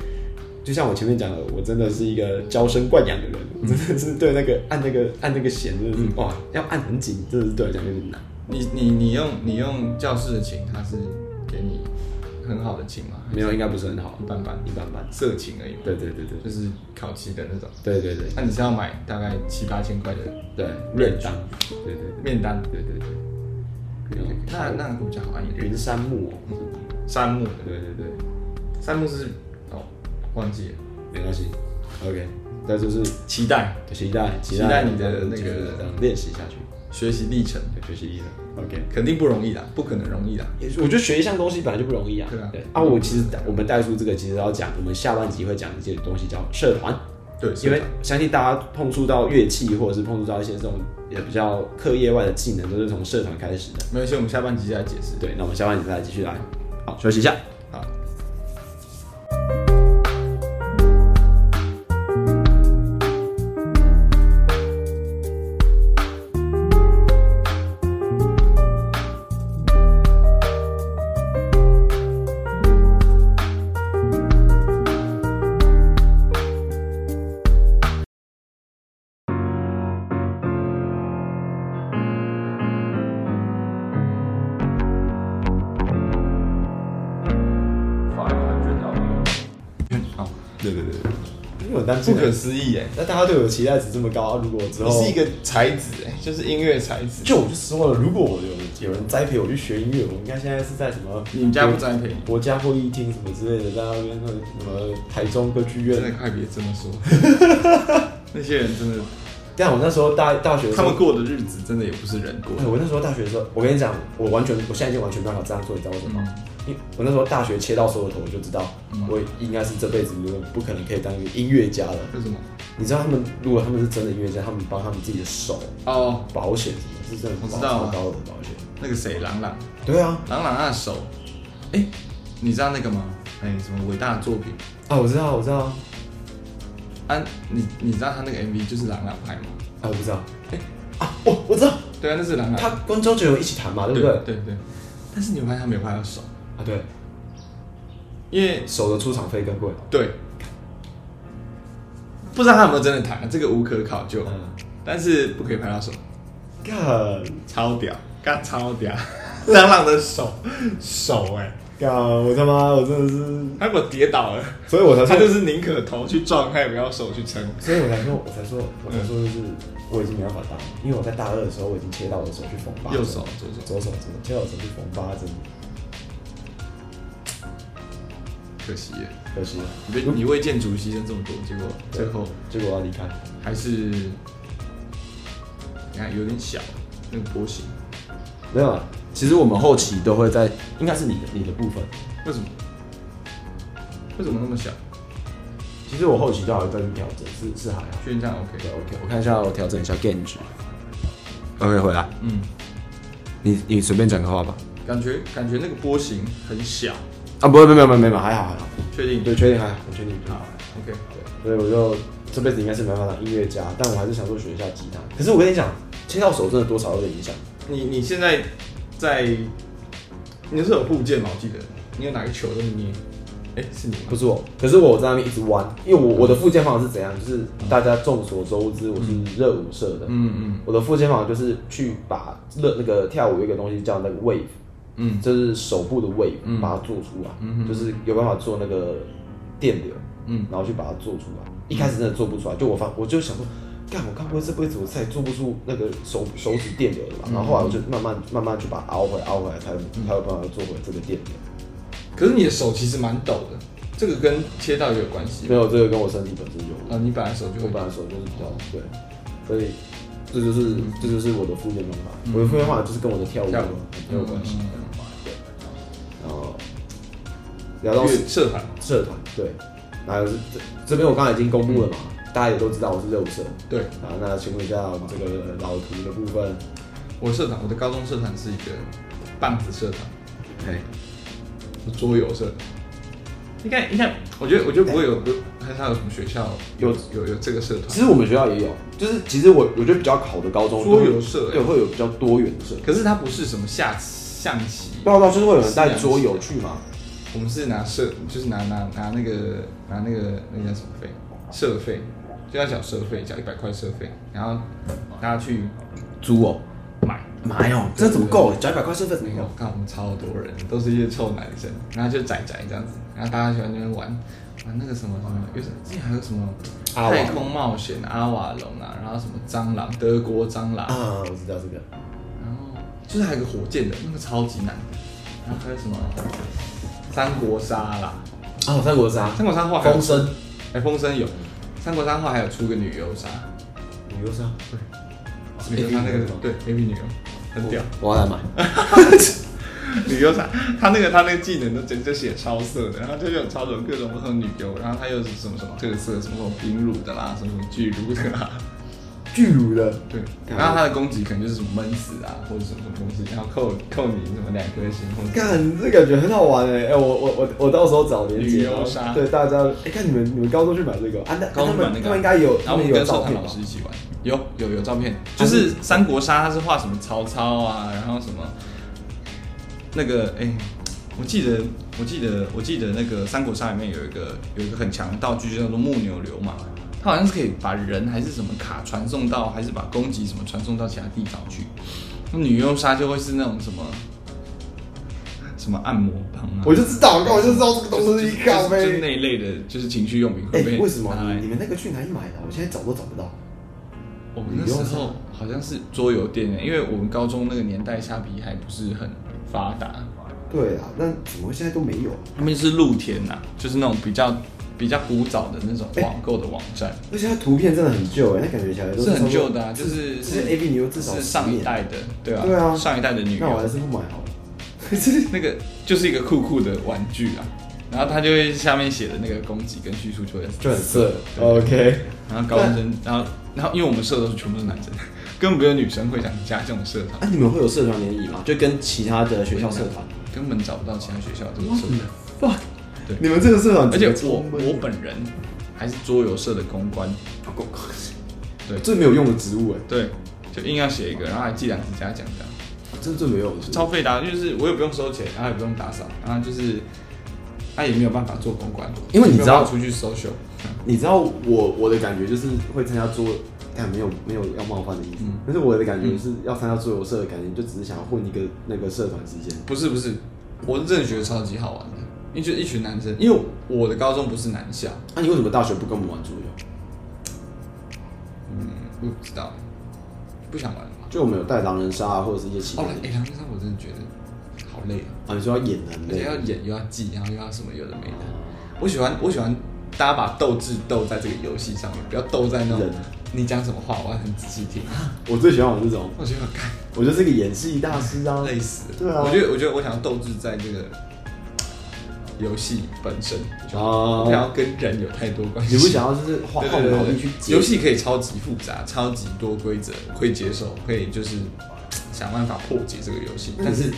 就像我前面讲的，我真的是一个娇生惯养的人，嗯我真的是对那个按那个按那个弦，真的是哇，要按很紧，真的是对我来讲有点难。你你你用你用教室的琴，它是给你很好的琴吗？没有，应该不是很好，一般般，一般般。色琴而已嘛。对对对就是烤漆的那种。对对对对那你是要买大概七八千块的对，面当，对对对面单？对对对，可以可以可以那那个比较好按一点。云杉木哦，杉木的，对对对，杉木是哦，忘记了。没关系，OK，那就是期待期待期待你的那个就是这样练习下去，学习历程，对学习力的 OK。肯定不容易啦，不可能容易啦。也是我觉得学一项东西本来就不容易啊。对啊啊，我其实我们带出这个，其实要讲我们下半集会讲一些东西叫社团，对，因为相信大家碰触到乐器或者是碰触到一些这种也比较课业外的技能，都是从社团开始的。没关系，我们下半集再解释。对，那我们下半集再继续来，好，休息一下。好，好，对对对，因为我担不心啊可思议哎，那大家对我的期待值这么啊高，如果我之你后是一个才子哎，哦就是音乐才子。就我就说了，如果我有有人栽培我去学音乐，我应该现在是在什么？你们家不栽培你国家会议厅什么之类的，在那边那个什么台中歌剧真的院。快别这么 说，那些人真的，但我那时候大大学的时他候们，过的日子真的也不是人过哎，的。我那时候大学的时候，我跟你讲，我完全，我现在已经完全没办法这样做，你知道为什嗯么吗？因为我那时候大学切到所有头，我就知道我应该是这辈子不可能可以当一个音乐家了。为什么？你知道他们，如果他们是真的音乐家，他们帮他们自己的手哦，保险什么，是真的我保知道啊超高的保险。那个谁，朗朗，对啊，朗朗那首，哎、你知道那个吗？哎、什么伟大的作品？啊，我知道，我知道，啊，你你知道他那个 MV 就是朗朗拍吗？啊，我不知道，哎、啊，哦我我知道，对啊，那是朗朗，他跟周杰伦一起弹嘛，对不对？对对。但是你有发现他没有拍到手，啊，对，因为手的出场费更贵，对，不知道他有没有真的弹、啊，这个无可考究。嗯但是不可以拍到手，干超屌，干超屌，朗朗的手手哎、干，我他妈，我真的是，他给我跌倒了，所以我才他说，就是宁可头去撞，他也不要手去撑。所以我才说，我才说，我才说，就是我已经没办法打，因为我在大二的时候，我已经切到我的手去缝八针，右手左手左手，左手切到我手去缝八针，可惜耶，可惜了，你为你为建筑牺牲这么多，结果最后结果我要离开，还是你看有点小，那个波形没有啊。其实我们后期都会在，应该是你的你的部分。为什么？为什么那么小？其实我后期都还会再去调整，是是还好。确定这样 OK？对，OK，我看一下，我调整一下 gain 值。OK，回来，嗯，你你随便讲个话吧。感觉感觉那个波形很小，啊，不会，没有没有没有，还好还好。确定？对，确定还好，我确定。好，OK，所以我就这辈子应该是没办法当音乐家，但我还是想说学一下吉他。可是我跟你讲，切到手真的多少有点影响。你你现在在，你是有护剑吗？我记得你有哪个球都是捏，哎、是你吗？不是我，可是我在那边一直弯，因为我我的附件方法是怎样，就是大家众所周知，我是热舞社的。嗯嗯我的附件方法就是去把热那个跳舞有一个东西叫那个 wave，嗯就是手部的 wave，、嗯把它做出来，嗯哼就是有办法做那个电流，嗯然后去把它做出来。一开始真的做不出来，就我发我就想说，干我看不会这辈子我再也做不出那个手手指电流了吧？嗯然后后来我就慢慢慢慢去把它熬回来熬回来，才有才有办法做回这个电流。可是你的手其实蛮抖的，这个跟切到也有关系没吧。有这个跟我身体本身有关，啊，你本来手就我会本来手就是比较对，所嗯以这就是这就是我的附件方法。我的附件方法就是跟我的跳舞跳舞很有关系。嗯对，然后聊到越社团社团，对，然后是这这边我刚才已经公布了嘛，大家也都知道我是热舞社。对，啊，那请问一下我们这个老图的部分，我社团，我的高中社团是一个棒子社团，哎，是桌游社团。应该应该，我觉得我觉得不会有，很少有什么学校有有有这个社其团。实我们学校也有，就是其实我我觉得比较好的高中桌游社对，会有比较多元的社，可是它不是什么下象棋，对啊对啊，就是会有人带桌游去嘛，我们是拿社，就是拿拿拿那个拿那个那个叫什么费？社费，就要缴社费，缴一百块社费，然后大家去租哦，买。妈哟，这怎么够？缴一百块社费怎么够？看我们超多人，都是一些臭男生，然后就宅宅这样子，然后大家喜欢在那边玩玩那个什么什么，有什之前还有什么阿瓦隆太空冒险、阿瓦隆啊，然后什么蟑螂、德国蟑螂，啊，我知道这个，然后就是还有个火箭的那个超级难，然后还有什么三国杀啦，啊，三国杀，三国杀后来还有风声，哎、风声有，三国三话还有出个女优杀，女优哎杀，女优杀那个对 A P 女优，很屌，哦我要来买， 女优杀她那个她那个技能都简直就写超色的，然后就有超种各种不同的女优，然后她又是什么什么特色，什么什么冰乳的啦，什么什么巨乳的啦， 巨乳的，对，然后她的攻击可能就是什么闷死啊，或者什么什么东西，然后扣扣你什么两颗星，或者干，这感觉很好玩哎、哎、我我我我到时候找连旅接，游然后杀对大家，哎、看你们你们高中去买这个啊？那高他中们版那个啊，他们应该有，然他后我们们有跟社照团片老吧？师一起玩，有有有照片，就是三国杀，他是画什么曹操啊，然后什么那个哎、我记得我记得我记得那个三国杀里面有一个有一个很强的道具就叫做木牛流嘛，它好像是可以把人还是什么卡传送到，还是把攻击什么传送到其他地方去。那女优杀就会是那种什么什么按摩棒啊，我就知道，我根本就知道这个就东是西就，是靠就是呗。那一类的，就是情趣用品哎、会被为什么拿来你你们那个去哪里买的啊？我现在找都找不到。我们那时候好像是桌游店欸，因为我们高中那个年代虾皮还不是很发达，对啊，那怎么会现在都没有啊？他们是露天呐、啊就是那种比较比较古早的那种哎网购的网站，而且它图片真的很旧哎、那感觉起来都是很旧差不多的啊，就是是 A B 牛至少是10上一年代的，对啊，对啊上一代的女那我优还，是不买好了。那个 就是一个酷酷的玩具啊，然后它就会下面写的那个攻击跟叙述就会就很色对，OK。然后高中生，然后然后因为我们社都是全部是男生，根本没有女生会想加这种社团，啊，你们会有社团联谊吗？就跟其他的学校社团？根本找不到其他学校这种社团。你们这个社团而且我我本人还是桌游社的公关，对最没有用的植物哎、对，就硬要写一个，然后还寄两次嘉奖的。啊这是最没有用的植物。超费的啊、就是我也不用收钱，然后也不用打扫，然后就是他也没有办法做公关，因为你知道也没有办法出去 social，你知道我我的感觉就是会参加桌，但没有没有要冒犯的意思，嗯但是我的感觉是要参加桌游社的感觉，就只是想要混一个那个社团之间。不是不是，我是真的觉得超级好玩的，因为就一群男生，因因为我为我的高中不是男校，那、你为什么大学不跟我们玩桌游？嗯不知道，不想玩了嘛。就我们有带狼人杀啊，或者是一些其他哦的，哎、梁先生，我真的觉得好累啊，啊，你说要演人而且类要，演又要记，然后又要什么有的没的。我喜欢我喜欢大家把斗志斗在这个游戏上面，不要斗在那种人你讲什么话，我要很仔细听。我最喜欢我这种，我觉得很干。我就是个演戏大师啊。累死了。对啊我觉得我觉得我想要斗志在这个游戏本身，就啊不想要跟人有太多关系。你不想要就是花对花对脑对力去对，解游戏可以超级复杂，超级多规则，我可以接受，可以就是想办法破解这个游戏。那但你是是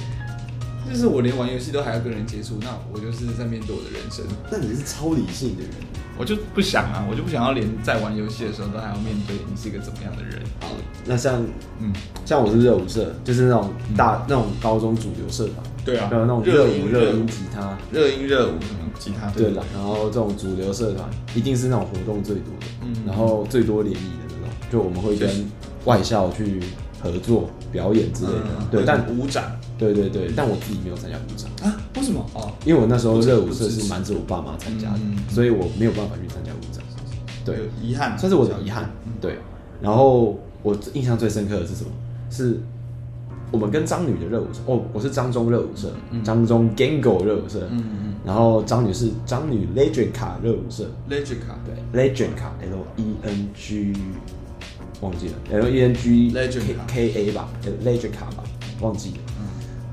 就是我连玩游戏都还要跟人接触，那我就是在面对我的人生，那你是超理性的人我就不想啊，我就不想要连在玩游戏的时候都还要面对你是一个怎么样的人。啊。那像嗯，像我是热舞社，就是那种大、那种高中主流社团，对啊还有那种热热音舞、热热舞音吉他，热音热舞什么吉他对了，然后这种主流社团一定是那种活动最多的，嗯然后最多联谊的那种，就我们会确实跟外校去合作表演之类的，嗯对，但舞展对对对，但我自己没有参加舞展，啊？为什么？哦，因为我那时候热舞社不支是持瞒着我爸妈参加的嗯嗯，嗯所以我没有办法去参加舞展，对，有遗憾，啊算是我的遗憾。嗯对，然后我印象最深刻的是什么？是我们跟张女的热舞社，哦，我是张中热舞社，张中 Gango 热舞社，嗯嗯然后张女是张女 Legend 卡热舞社， ，Legic 卡，对，Legend 卡 L E N G 忘记了，L E N G Legend 卡 K A 吧呃，Legend 卡吧，忘记了。嗯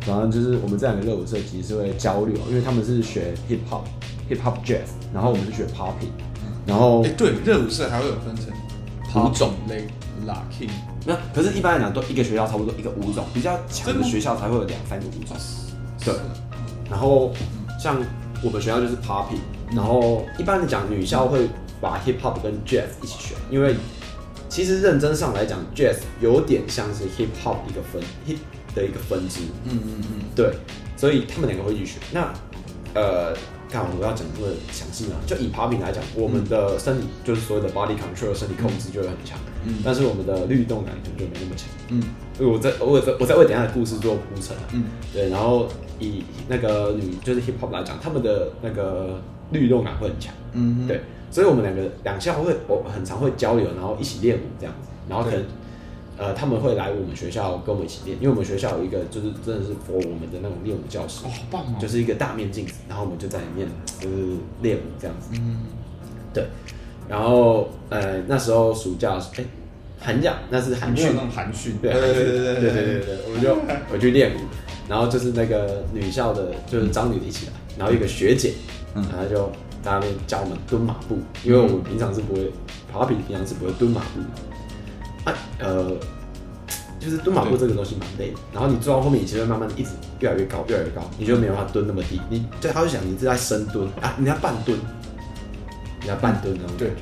然后就是我们这两个热舞社其实是会交流，因为他们是学 hip hop、hip hop jazz，然后我们是学 popping，然后哎，对，热舞社还会有分成五种类，Lucky，那可是，一般来讲，都一个学校差不多一个舞种，比较强的学校才会有两三个舞种。对，然后像我们学校就是 popping，然后一般来讲，女校会把 hip hop 跟 jazz 一起学，因为其实认真上来讲，jazz 有点像是 hip hop 一个分 hip 的一个分支。嗯嗯嗯，对，所以他们两个会一起学。那呃，看我要讲这么详细呢，就以 popping 来讲，我们的身体、就是所谓的 body control 身体控制就会很强，嗯但是我们的律动感可能就没那么强。嗯所以我在我在我在为等一下的故事做铺陈啊。嗯，对，然后以那个女就是 hip hop 来讲，他们的那个律动感会很强。嗯，对，所以我们两个两校会我很常会交流，然后一起练舞这样子，然后可能呃他们会来我们学校跟我们一起练，因为我们学校有一个就是真的是 for 我们的那种练舞教室哦，，好棒哦，就是一个大面镜子，然后我们就在里面就是练舞这样子。嗯，对，然后呃那时候暑假哎、寒假那是寒没有训那，种含蓄，对对对对对对对，我们就回去练舞，然后就是那个女校的，就是张女的一起来，然后有一个学姐，嗯然后就在那边教我们蹲马步，因为我们平常是不会，跑比平常是不会蹲马步的，啊呃，就是蹲马步这个东西蛮累的，然后你做到后面，你其实会慢慢地一直越来越高，越来越高，你就没有办法蹲那么低，你对他会想你是在深蹲啊，你在半蹲，你在半蹲那种感觉。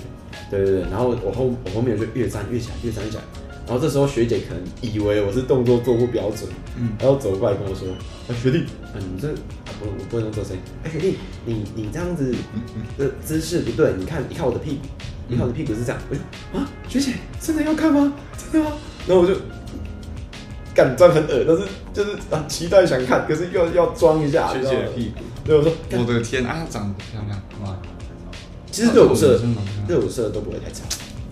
对对对对，然后我后我后面就越站越起来，越站越起来。然后这时候学姐可能以为我是动作做不标准，嗯然后走过来跟我说：“啊，学弟，啊你这啊不我不能做声音，哎、学弟，你你这样子嗯的姿势不对，你看你看我的屁股，你看我的屁股是这样。”我就啊，学姐真的要看吗？真的吗？然后我就干装很恶，但是就是很期待想看，可是又要装一下，学你知道姐吗的屁股。对我说，干我的天啊，长得漂亮哇！其实热舞社真的蛮漂亮热舞社都不会太差。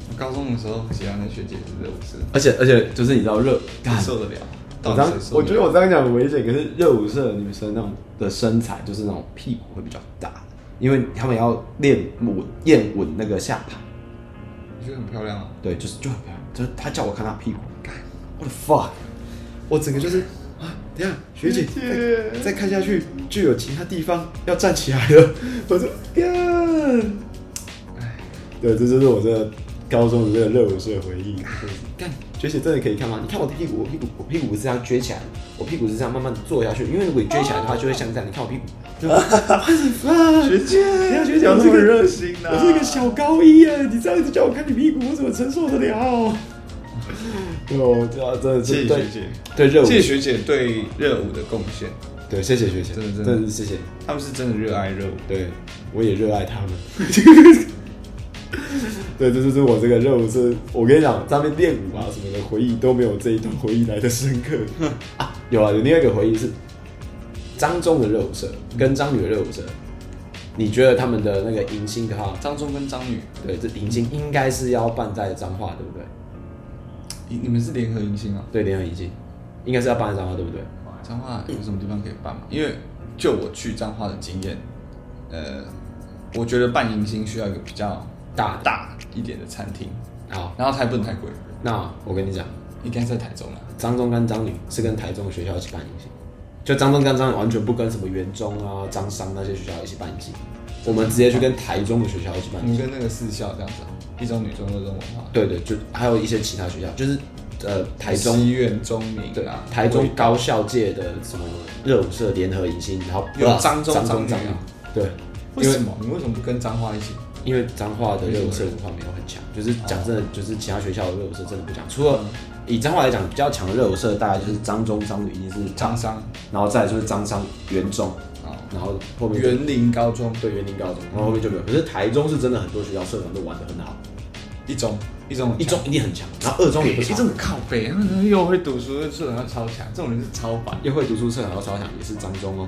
我高中的时候喜欢的学姐是热舞社，而且而且就是你知道热，你受得了？我到这底样谁，受我觉得了我这样讲很危险。可是热舞社的女生那种的身材，就是那种屁股会比较大，因为她们要练稳、练稳那个下盘。你觉得很漂亮啊？对，就是就很漂亮。就是她叫我看她屁股，干，我的 fuck，我整个就是啊，等一下学姐姐再再看下去就有其他地方要站起来了。我说干，对，这就是我的高中的这个热舞社的回忆。真的是干，撅起真的可以看吗？你看我的屁股，我 屁股，我屁股是这样撅起来的，我屁股是这样慢慢的坐下去，因为如果你撅起来的话，就会像这样。你看我屁股，就 What the fuck？学姐，不要学姐讲我这这么个热心呐、我是一个小高一啊，你这样子叫我看你屁股，我怎么承受得了？ 对哦，对啊，真的谢是谢对学姐，对热舞，谢谢学姐对热舞的贡献，对谢谢学姐，真的真的真的是谢谢，他们是真的热爱热舞。对我也热爱他们。 对，这就是我这个热舞是，我跟你讲，在那边练舞啊什么的回忆都没有这一段回忆来的深刻啊。有啊，有另外一个回忆是张中的热舞社跟张女的热舞社，你觉得他们的那个迎新的话，张忠跟张宇，对，这迎新应该是要办在彰化，对不对？你你们是联合迎新啊？对，联合已经应该是要办彰化，对不对？彰化有什么地方可以办吗？因为就我去彰化的经验，呃，我觉得办迎新需要一个比较大的大一点的餐厅，好，然后它也不能太贵，那我跟你讲，应该在台中啦。张中跟张女是跟台中的学校一起办迎新，就张中跟张女完全不跟什么元中啊、彰商那些学校一起办迎新，我们直接去跟台中的学校一起办迎你新。跟那个四校这样子啊，一中、女中、二中文化，对对，就还有一些其他学校，就是呃台中西苑、中明对啊，台中高校界的什么热舞社联合迎新，然后有张中张张女张啊对，为什么？你为什么不跟彰化一起？因为彰化的热舞社文化没有很强，就是讲真的，就是其他学校的热舞社真的不哦强。除了以彰化来讲，比较强的热舞社大概就是彰中、彰女已经是彰，商然后再来就是彰商、元中，啊，然后后面就园林高中对园林高中，然后后面就没有。可是台中是真的很多学校社团都玩得很好，一中一中一中一定很强，然后二中也不一差，中很靠北，他们又会读书，又社团超强，这种人是超烦，又会读书社然后超强也是彰中哦。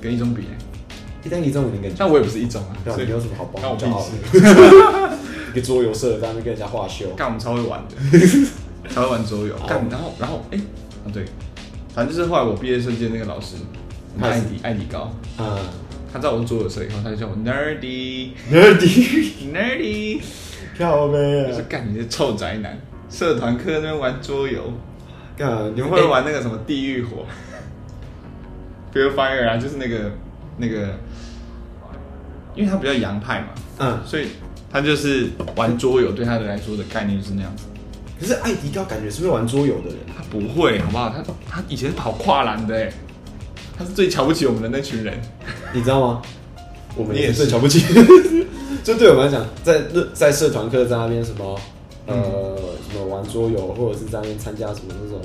跟一中比欸，一旦一中我能跟你讲，但我也不是一中啊，对啊所以你有什么好保干我屁骄傲事？ 一个桌游社在那边跟人家画修，干我们超会 玩的，超会玩桌游。好干，然后然后哎、啊对，反正就是后来我毕业设计的那个老师，我们他艾是迪艾迪高，嗯他知道我是桌游社以后，他就叫我 nerdy ，nerdy 啊 nerdy，跳呗我，说干你这臭宅男，社团课那边玩桌游，干你们会不会玩那个什么地狱火，Fear Fire 啊，就是那个那个，因为他比较洋派嘛，嗯。所以他就是玩桌游对他的来说的概念就是那样子。可是艾迪高感觉是会玩桌游的人，他不会，好不好？他他以前是跑跨栏的哎，他是最瞧不起我们的那群人。你知道吗？我们你也也是是瞧不起， 就对我们来讲，在在社团课在那边什么呃、什么玩桌游，或者是在那边参加什么那种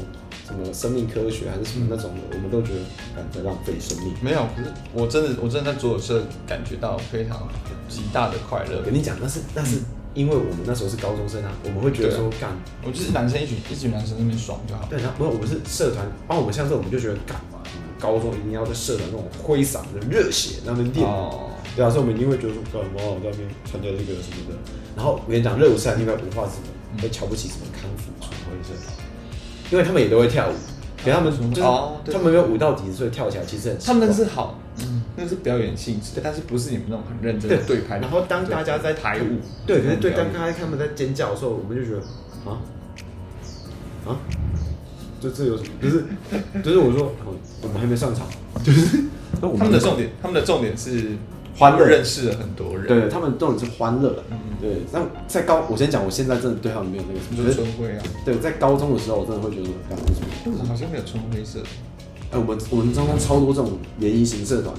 什么生命科学还是什么那种的，我们都觉得感在浪费生命。 没有，可是我真的我真的在左社感觉到非常极大的快乐我。跟你讲，那是那是因为我们那时候是高中生啊，我们会觉得说干，我就是男生一群一群男生那边爽就好。对，然后没有我们是社团，帮我们像这种我们就觉得干嘛，高中一定要在社团那种挥洒的热血，那边练。哦，对啊，所以我们一定会觉得说，干嘛我在那边参加这个什么的。然后我跟你讲，热舞社还另外文化是什么，会瞧不起什么康复啊纯会社，因为他们也都会跳舞，可他们就是、哦对他们没有舞到底子，所以跳起来其实很奇他怪们那是好，嗯那是表演性质，但是不是你们那种很认真的对拍。然后当大家在排舞，对，可是对那刚种表演刚他们在尖叫的时候，我们就觉得啊啊，这这有什么？就是就是我说，哦我们还没上场，就是我他们的重点，他们的重点是欢乐认识了很多人，嗯对他们重点是欢乐，对。那在高，我先讲，我现在真的对他们没有那个什么，你可说是春晖啊，对，在高中的时候，我真的会觉得干为什么？好像没有春晖社，哎、我们我们彰中超多这种联谊型社团，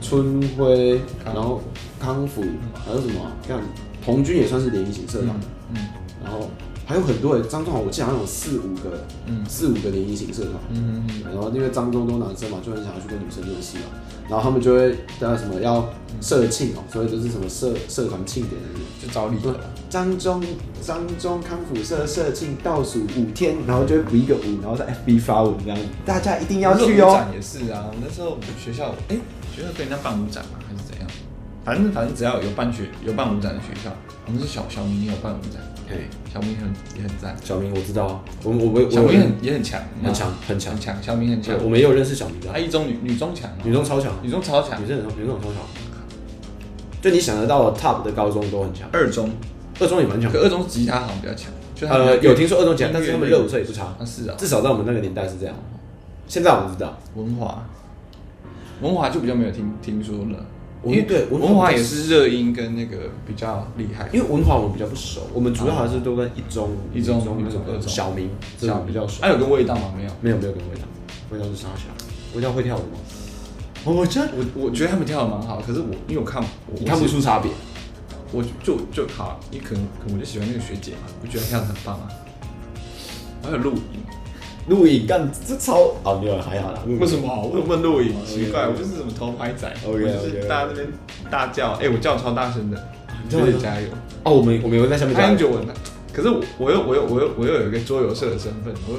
春晖，康复然后康复，还有什么啊？干童军也算是联谊型社团，嗯然后还有很多哎，彰中好，我记得好像有四五个，嗯四五个联谊型社团。嗯嗯然后因为彰中都男生嘛，就很想要去跟女生认识啊。然后他们就会叫什么要社庆哦，所以就是什么社社团庆典的那种。就找理由说。张中张中康复社社庆倒数五天，然后就会补一个五，然后在 FB 发文这样，大家一定要去舞哦。展也是啊，那时候我们学校，哎、学校跟人家办舞展吗？还是怎样？反正反正只要有办学有办舞展的学校，我们是小小明也有办舞展，对，小明很也很赞，哎小明我知道啊，我我我小明很也很强，很强很强很强，小明很强。我们也有认识小明的啊他，一中女女中强吗，女中超强，女中超强女，生很女生很超强，就你想得到的 top 的高中都很强，二中，二中也蛮强可。二中吉他好像比较强，就他呃，比较有听说二中强，但是他们热舞社也不差啊，是啊，至少在我们那个年代是这样。现在我们知道，文华，文华就比较没有听听说了，文对文华文华比较也是热音跟那个比较厉害，因为文华我们比较不熟，我们主要还是都在一中、一中女一中二中小明、哎小小啊明比较熟。还有个味道吗？没有。没有没有跟味道，味道是沙小，味道会跳舞吗？我觉得我我觉得他们跳的蛮好，可是我因为我看我你看不，出差别，我是我就就好，你可能可能我就喜欢那个学姐嘛，我觉得她跳的很棒啊。还有录影，录影干这超啊，没有还好啦。录影为什么？为什么录影？ OK，OK 奇怪，我就是什么头牌仔 OK，OK，OK 我就是大家那边大叫，哎、我叫超大声的，你叫学吗姐加油！哦，我们我们有在下面他加很油久闻了，可是我我又我又我又我又有一个桌游社的身份，我又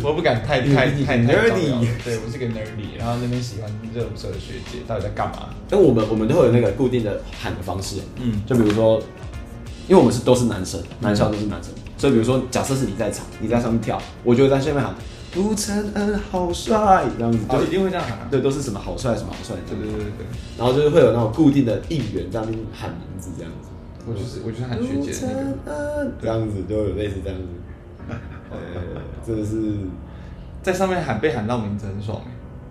我又不敢太太太太 Nerdy 招摇对我是个 nerdy，然后那边喜欢热舞社的学姐到底在干嘛？但我们我们都会有那个固定的喊的方式，嗯就比如说，因为我们是都是男生，男校都是男生，所以比如说，假设是你在场，你在上面跳，我就会在下面喊吴承恩好帅，这样子，就就一定会这样喊、啊。对，都是什么好帅什么好帅，对对对对对，然后就是会有那种固定的应援在那边喊名字这样子，我就是我就是喊学姐的那个。个，这样子就有类似这样子，呃，真的是在上面喊被喊到名字很爽欸，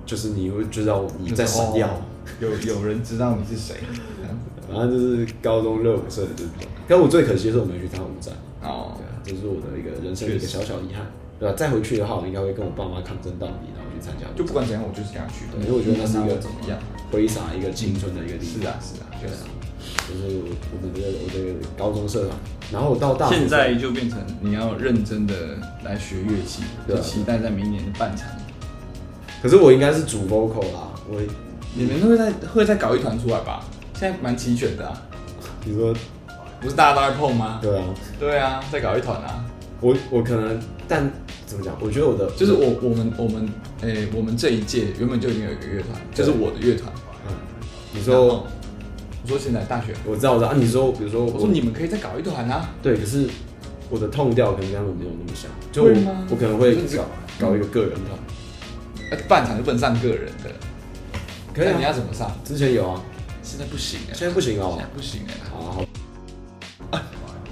就是你会知道你在就是闪耀。哦有有人知道你是谁，这样子然后就是高中热舞社的这种，但我最可惜的是我没去参舞展，哦对，啊，这是我的一个人生的一个小小遗憾，对吧、再回去的话，我应该会跟我爸妈抗争到底，然后去参加舞展，就不管怎样，我就是想去的，对，因为我觉得那是一个怎么样？挥洒一个青春的一个地方。是啊，是啊，确对啊实。，就是我我的这个我的高中社团，然后我到大学现在就变成你要认真的来学乐器，对就啊期待在明年的半场，可是我应该是主 vocal 啦，我你们会再会再搞一团出来吧？现在蛮齐全的啊，你说不是大家都在碰吗？对啊，对啊，再搞一团啊，我我可能，但怎么讲？我觉得我的就是我我们我们诶、我们这一届原本就已经有一个乐团，就是我的乐团，嗯，你然说后我说现在大学，我知道我知道啊，你说比如说我我说你们可以再搞一团啊，对，可是我的痛调可能跟他们没有那么像，就会吗我我可能会可是你嗯是搞搞一个个人团，呃半场就不能上个人的，可以那你要啊，怎么上？之前有啊，现在不行哎、现在不行哦现在不行哎、好啊好，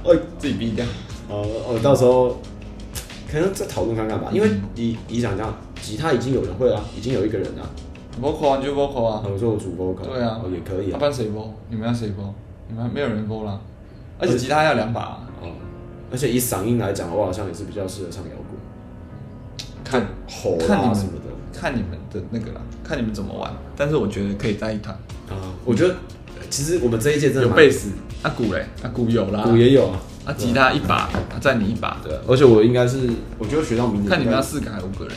哦，自己逼掉，呃呃，到时候可能再讨论看看吧，因为你你想这样，吉他已经有人会了，已经有一个人了， vocal 啊你就 vocal 啊啊，，我说我主 vocal，对啊哦也可以要啊不，然谁播？你们要谁播？你们没有人播啦，呃而且吉他要两把啊、哦，而且以嗓音来讲，我好像也是比较适合唱摇滚，嗯看吼看你啊们什么的看你们的那个啦，看你们怎么玩。但是我觉得可以在一团，啊，我觉得呃其实我们这一届真的有蛮贝斯，啊鼓嘞，啊鼓有啦，鼓也有啊，啊吉他一把，啊占你一把，对。而且我应该是，我觉得学到明年，看你们要四个还是五个人？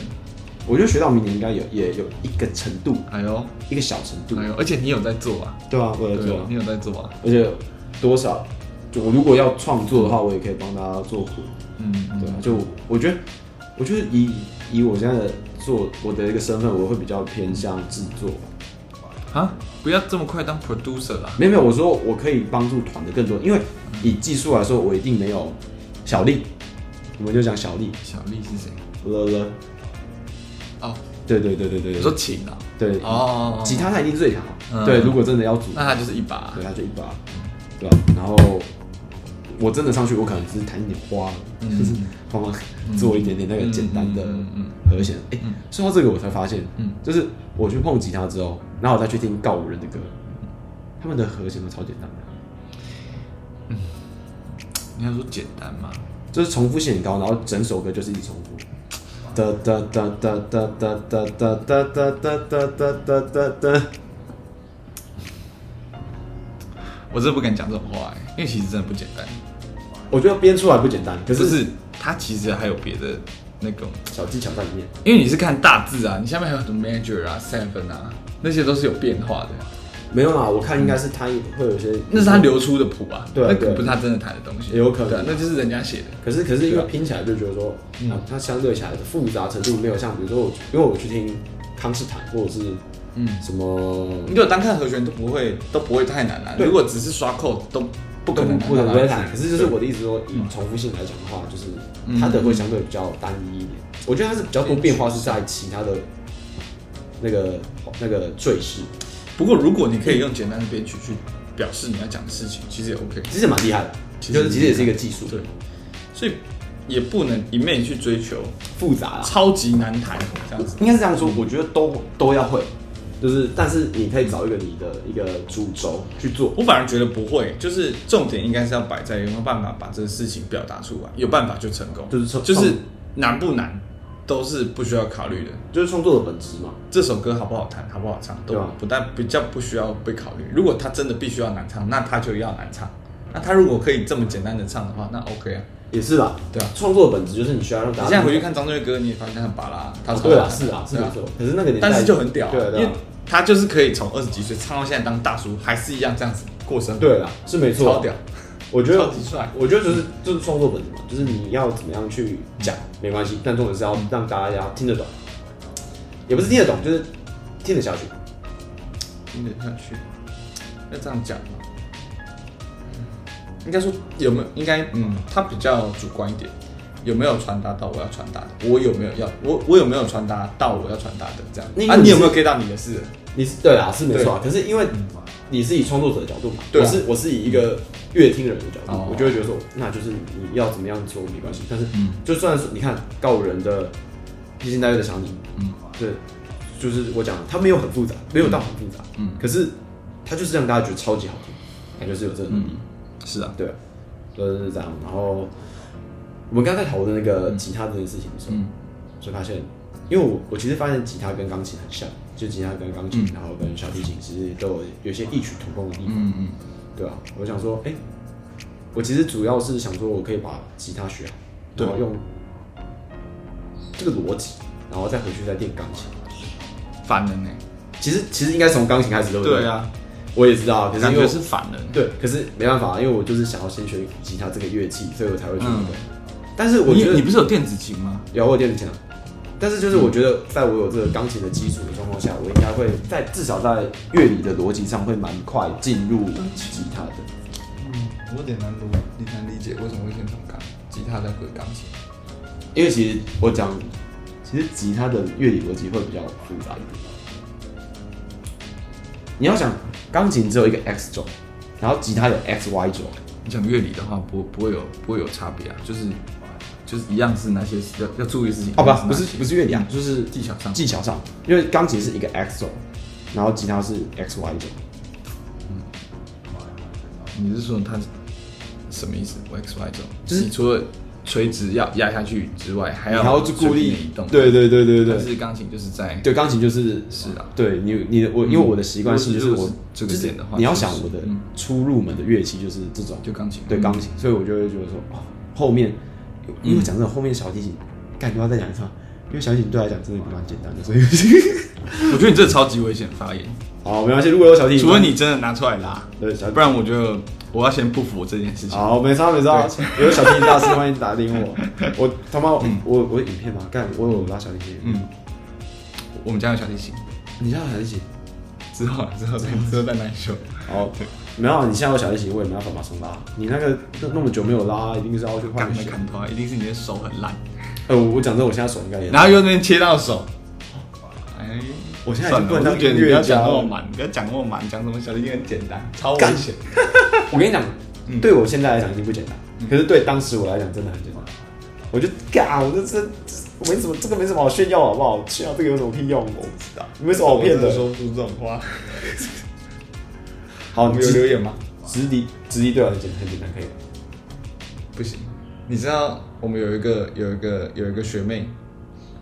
我觉得学到明年应该有也有一个程度，哎呦，一个小程度。哎呦，而且你有在做啊，对啊，我有对做啊啊，你有在做啊，而且多少，就我如果要创作的话，我也可以帮大家做谱。嗯，对啊，就我觉得，我觉得以以我现在的做我的一个身份，我会比较偏向制作吧。啊，不要这么快当 producer 啦，没有没有，我说我可以帮助团的更多，因为以技术来说，我一定没有小丽，我们就讲小丽小丽是谁？了了。哦，对对对对对你说琴啊？对，哦，吉他他一定最强嗯。对，如果真的要组，那它就是一把啊，对，他就一把，对吧、然后我真的上去，我可能只是弹一点花， 就是帮忙做一点点那个简单的嗯嗯和弦。哎、说到这个，我才发现，嗯就是我去碰吉他之后，然后我再去听告五人的歌，他们的和弦都超简单的，你要说简单嘛？就是重复性很高，然后整首歌就是一直重复。哒哒哒哒哒哒哒哒哒哒哒哒哒哒哒哒。我真的不敢讲这种话、欸，因为其实真的不简单。我觉得编出来不简单，可可是是它其实还有别的那种，小技巧在里面。因为你是看大字啊，你下面还有什么 manager 啊、seven 啊，那些都是有变化的。没有啊啦，我看应该是他会有些，嗯那是他流出的谱啊，对啊那对个啊不是他真的弹的东西，也有可能对啊、那就是人家写的。可是可是因为对啊拼起来就觉得说，啊，它相对起来的复杂程度没有像比如说我，因为我去听康斯坦或者是嗯什么，你给我单看和弦都不会，都不会太难了、对如果只是刷扣，都不可能难到不能哪不里能去弹。可是就是我的意思说，以重复性来讲的话，就是它的会相对比较单一一点。我觉得它是比较多变化是在其他的那个那个赘饰，不过如果你可以用简单的编曲去表示你要讲的事情，其实也 OK。其实蛮厉害的，其就实是其实也是一个技术，对，所以也不能一昧去追求复杂啦。超级难弹这样子。应该是这样说，我觉得都都要会，就是但是你可以找一个你的一个主轴去做。我反而觉得不会，就是重点应该是要摆在有没有办法把这个事情表达出来，有办法就成功，就是创就是难不难，都是不需要考虑的。就是创作的本质嘛。这首歌好不好弹，好不好唱，都对啊不但比较不需要被考虑。如果他真的必须要难唱，那他就要难唱。那他如果可以这么简单的唱的话，那 OK 啊。也是啦，对啊创作的本质就是你需要让你大家现在回去看张震岳歌，你也发现他很拔拉，他哦超对啊，拔拉是啊，是对没啊错。可是那个年代，但是就很屌啊，对啊因对为啊，他就是可以从二十几岁唱到现在当大叔，还是一样这样子过生活，对啦，是没错。超屌，我觉超得级帅。我觉得就是就是创作本质嘛，就是你要怎么样去讲没关系，但重点是要让大家听得懂，也不是听得懂，就是听得下去。听得下去。要这样讲吗？应该说有没有？应该嗯，他比较主观一点，有没有传达到我要传达的？我有没有要我我有没有传达到我要传达的？这样那啊，因为你有你嗯没是有 get 到你的事？你是对啊，是没错啊。可是因为你是以创作者的角度嘛，对啊我是我是以一个乐听人的角度，哦我就会觉得说，那就是你要怎么样做没关系。但是嗯就算是你看告五人的披星戴月的场景，嗯对，就是我讲的，它没有很复杂，没有到很复杂，嗯可是它就是让大家觉得超级好听，它就是有这个能力。嗯，是啊，对，就是这样。然后我们刚才在讨论那个吉他这件事情的时候，嗯所以发现，因为我我其实发现吉他跟钢琴很像，就吉他跟钢琴，嗯然后跟小提琴其实都有有一些异曲同工的地方，嗯嗯对啊，我想说，哎、我其实主要是想说，我可以把吉他学好，对然后用这个逻辑，然后再回去再练钢琴。嗯，反人呢、其实其实应该从钢琴开始，对不对？对，啊，我也知道，可是感因为觉我是反人。对，可是没办法，因为我就是想要先学吉他这个乐器，所以我才会去那嗯个。但是我你觉得你不是有电子琴吗？有我有电子琴啊，但是就是我觉嗯得，在我有这个钢琴的基础的状况下，我应该会在至少在乐理的逻辑上会蛮快进入吉他的。嗯，我有点难理理难理解为什么会先从钢吉他再回钢琴。因为其实我讲，其实吉他的乐理逻辑会比较复杂一点。你要想，钢琴只有一个 X 轴，然后吉他有 X、Y 轴，你讲乐理的话，不不会有不会有差别啊，就是就是一样是哪些要要注意的事情。哦哪些不，不是不是乐理啊，就是技巧上技巧上，因为钢琴是一个 X 轴，然后吉他是 X Y 轴，你是说它什么意思？x y 轴，就是你除了垂直要压下去之外，还你要还要去固顾定虑移动。对对对对但对，是钢琴就是在对钢琴就是是啊，嗯对你你的我因为我的习惯是如就果是我如果是这个就是点的话你要想就是我的嗯初入门的乐器就是这种，就钢琴对嗯钢琴，所以我就会觉得说哦，后面因为讲真的，后面小提琴，干不要再讲一次啊，因为小提琴对我来讲真的蛮简单的，所以我觉得你这超级危险发言， 好没关系，如果有小提琴，除非你真的拿出来拉，对小不然我觉得我要先不服这件事情。好，没差没差，有小提琴大师欢迎打给 我，我他妈我我我有影片嘛，干我有拉小提琴，嗯嗯，，我们家有小提琴，你现在有小提琴。之后啊 之后再之后再来修。哦，没有，你现在有小提琴，我也没办法马上拉。你那个那那么久没有拉，一定是要去换干一没下。砍头啊，一定是你的手很烂，呃，我我讲真的，我现在手应该也……然后又那边切到手。哎，我现在已经算了不能我当是觉得你音不乐要讲家那么了满，不要讲那么满，讲什么小提琴很简单，超危干险。我跟你讲，对我现在来讲已经不简单，可是对当时我来讲真的很简单。我就嘎，我这这这没什么，这个没什么好炫耀，好不好？炫耀这个有什么屁用？我不知道，没什么好骗的。说不出这种 话。好，我你们有留直言吗？直笛，直笛对我来讲很简单，可以吗。不行，你知道我们有一个有一个有一个学妹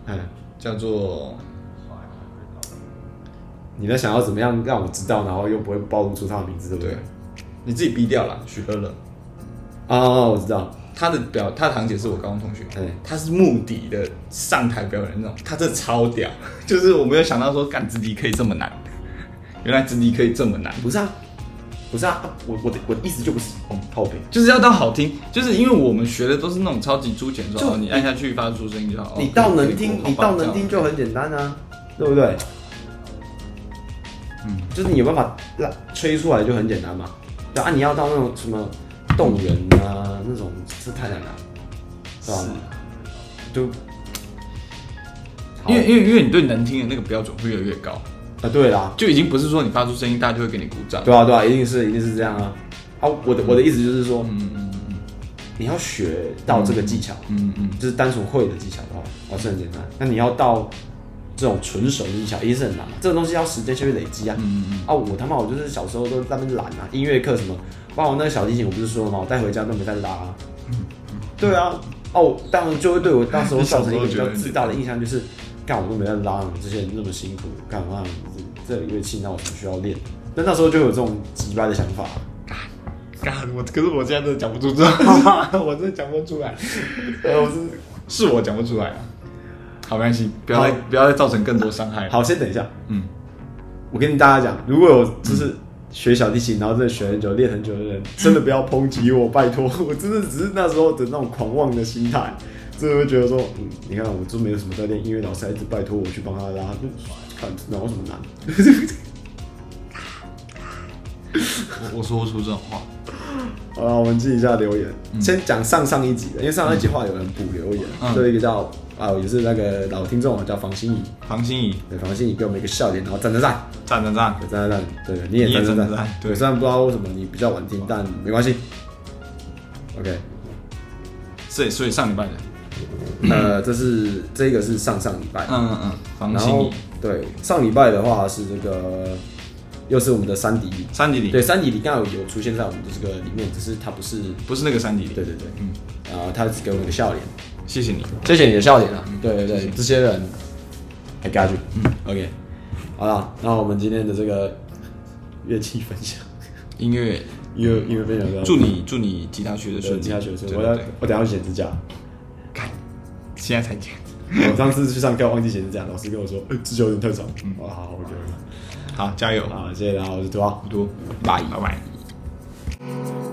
嗯，叫做，你在想要怎么样让我知道，然后又不会暴露出他的名字，对不对对？，你自己逼掉了，许乐乐。啊啊，啊我知道。她的表，她的堂姐是我高中同学，嗯她是木底的上台表演那种，她真的超屌， 就是我没有想到说干直笛可以这么难， 原来直笛可以这么难，不是啊，不是啊，啊我我的我的意思就不是哦，靠背。就是要到好听，就是因为我们学的都是那种超级粗浅，就说哦你按下去发出声音就好，你哦到能听，可以你到能，可以听好棒这样就很简单啊，对不对？嗯，就是你有办法拉吹出来就很简单嘛。对啊，你要到那种什么动人啊，那种是太难了，是吧？就，因为因为因为你对能听的那个标准会越来越高，啊，对啦，就已经不是说你发出声音大家就会给你鼓掌，对啊，对啊，一定是一定是这样啊。啊，我的我的意思就是说，嗯嗯嗯你要学到这个技巧，嗯嗯，就是单纯会的技巧的话，哦是很简单。那你要到这种纯熟的技巧，一定是很难嘛。这种东西要时间先去累积啊。嗯啊，我他妈我就是小时候都在那边懒啊，音乐课什么，包括那个小提琴，我不是说了吗？我带回家都没再拉、啊。对啊，哦，我当然就会对我那时候造成一个比嗯 你小时候觉较得你自大的印象，就是干我都没在拉你们这些人那么辛苦，干嘛你这这个乐器那我什么需要练？那那时候就有这种极端的想法，啊干我，可是我现在真的讲不出这种， 我真的讲不出来。呃，我是是我讲不出来啊。好，没关系，不要再好不要再造成更多伤害。，好，先等一下，嗯，我跟大家讲，如果有就是学小提琴，然后真的学很久、练很久的人，嗯真的不要抨击我，拜托， 我真的只是那时候的那种狂妄的心态，真的会觉得说，嗯，你看我就没有什么在练音乐，老师还一直拜托我去帮他拉，就看哪有什么难？我我说不出这种话。好了，我们记一下留言，先讲上上一集的，因为上上一集话有人补留言，嗯就一个叫啊，也是那个老听众啊叫房心怡，房心怡，对，房心怡给我们一个笑点，然后赞赞赞。赞赞赞，赞赞赞，对，你也你也赞赞赞赞赞赞，对，虽然不知道为什么你比较晚听，但没关系。OK， 所以所以上礼拜的，呃，这是这个是上上礼拜，嗯嗯嗯，房然心后怡，对上礼拜的话是这个，又是我们的三迪里，三迪里，对，三迪里刚好有出现在我们的这个里面，只是它不是，不是那个三迪里，对对对，嗯，啊、他只给我们一个笑脸，谢谢你。谢谢你的笑脸啊，对对谢对，谢这些人还 got you，嗯，OK，好了，那我们今天的这个乐器分享，音乐，音乐音乐分享到这祝你祝你吉他学的顺对，利，其嗯他学生，对我要对对我等一下去剪指甲。干，现在才讲。我上次去上课忘记剪指甲，老师跟我说，呃指甲有点太长。嗯，好好，OK，好，加油，好，谢谢大家，我是杜浩。多，拜拜拜。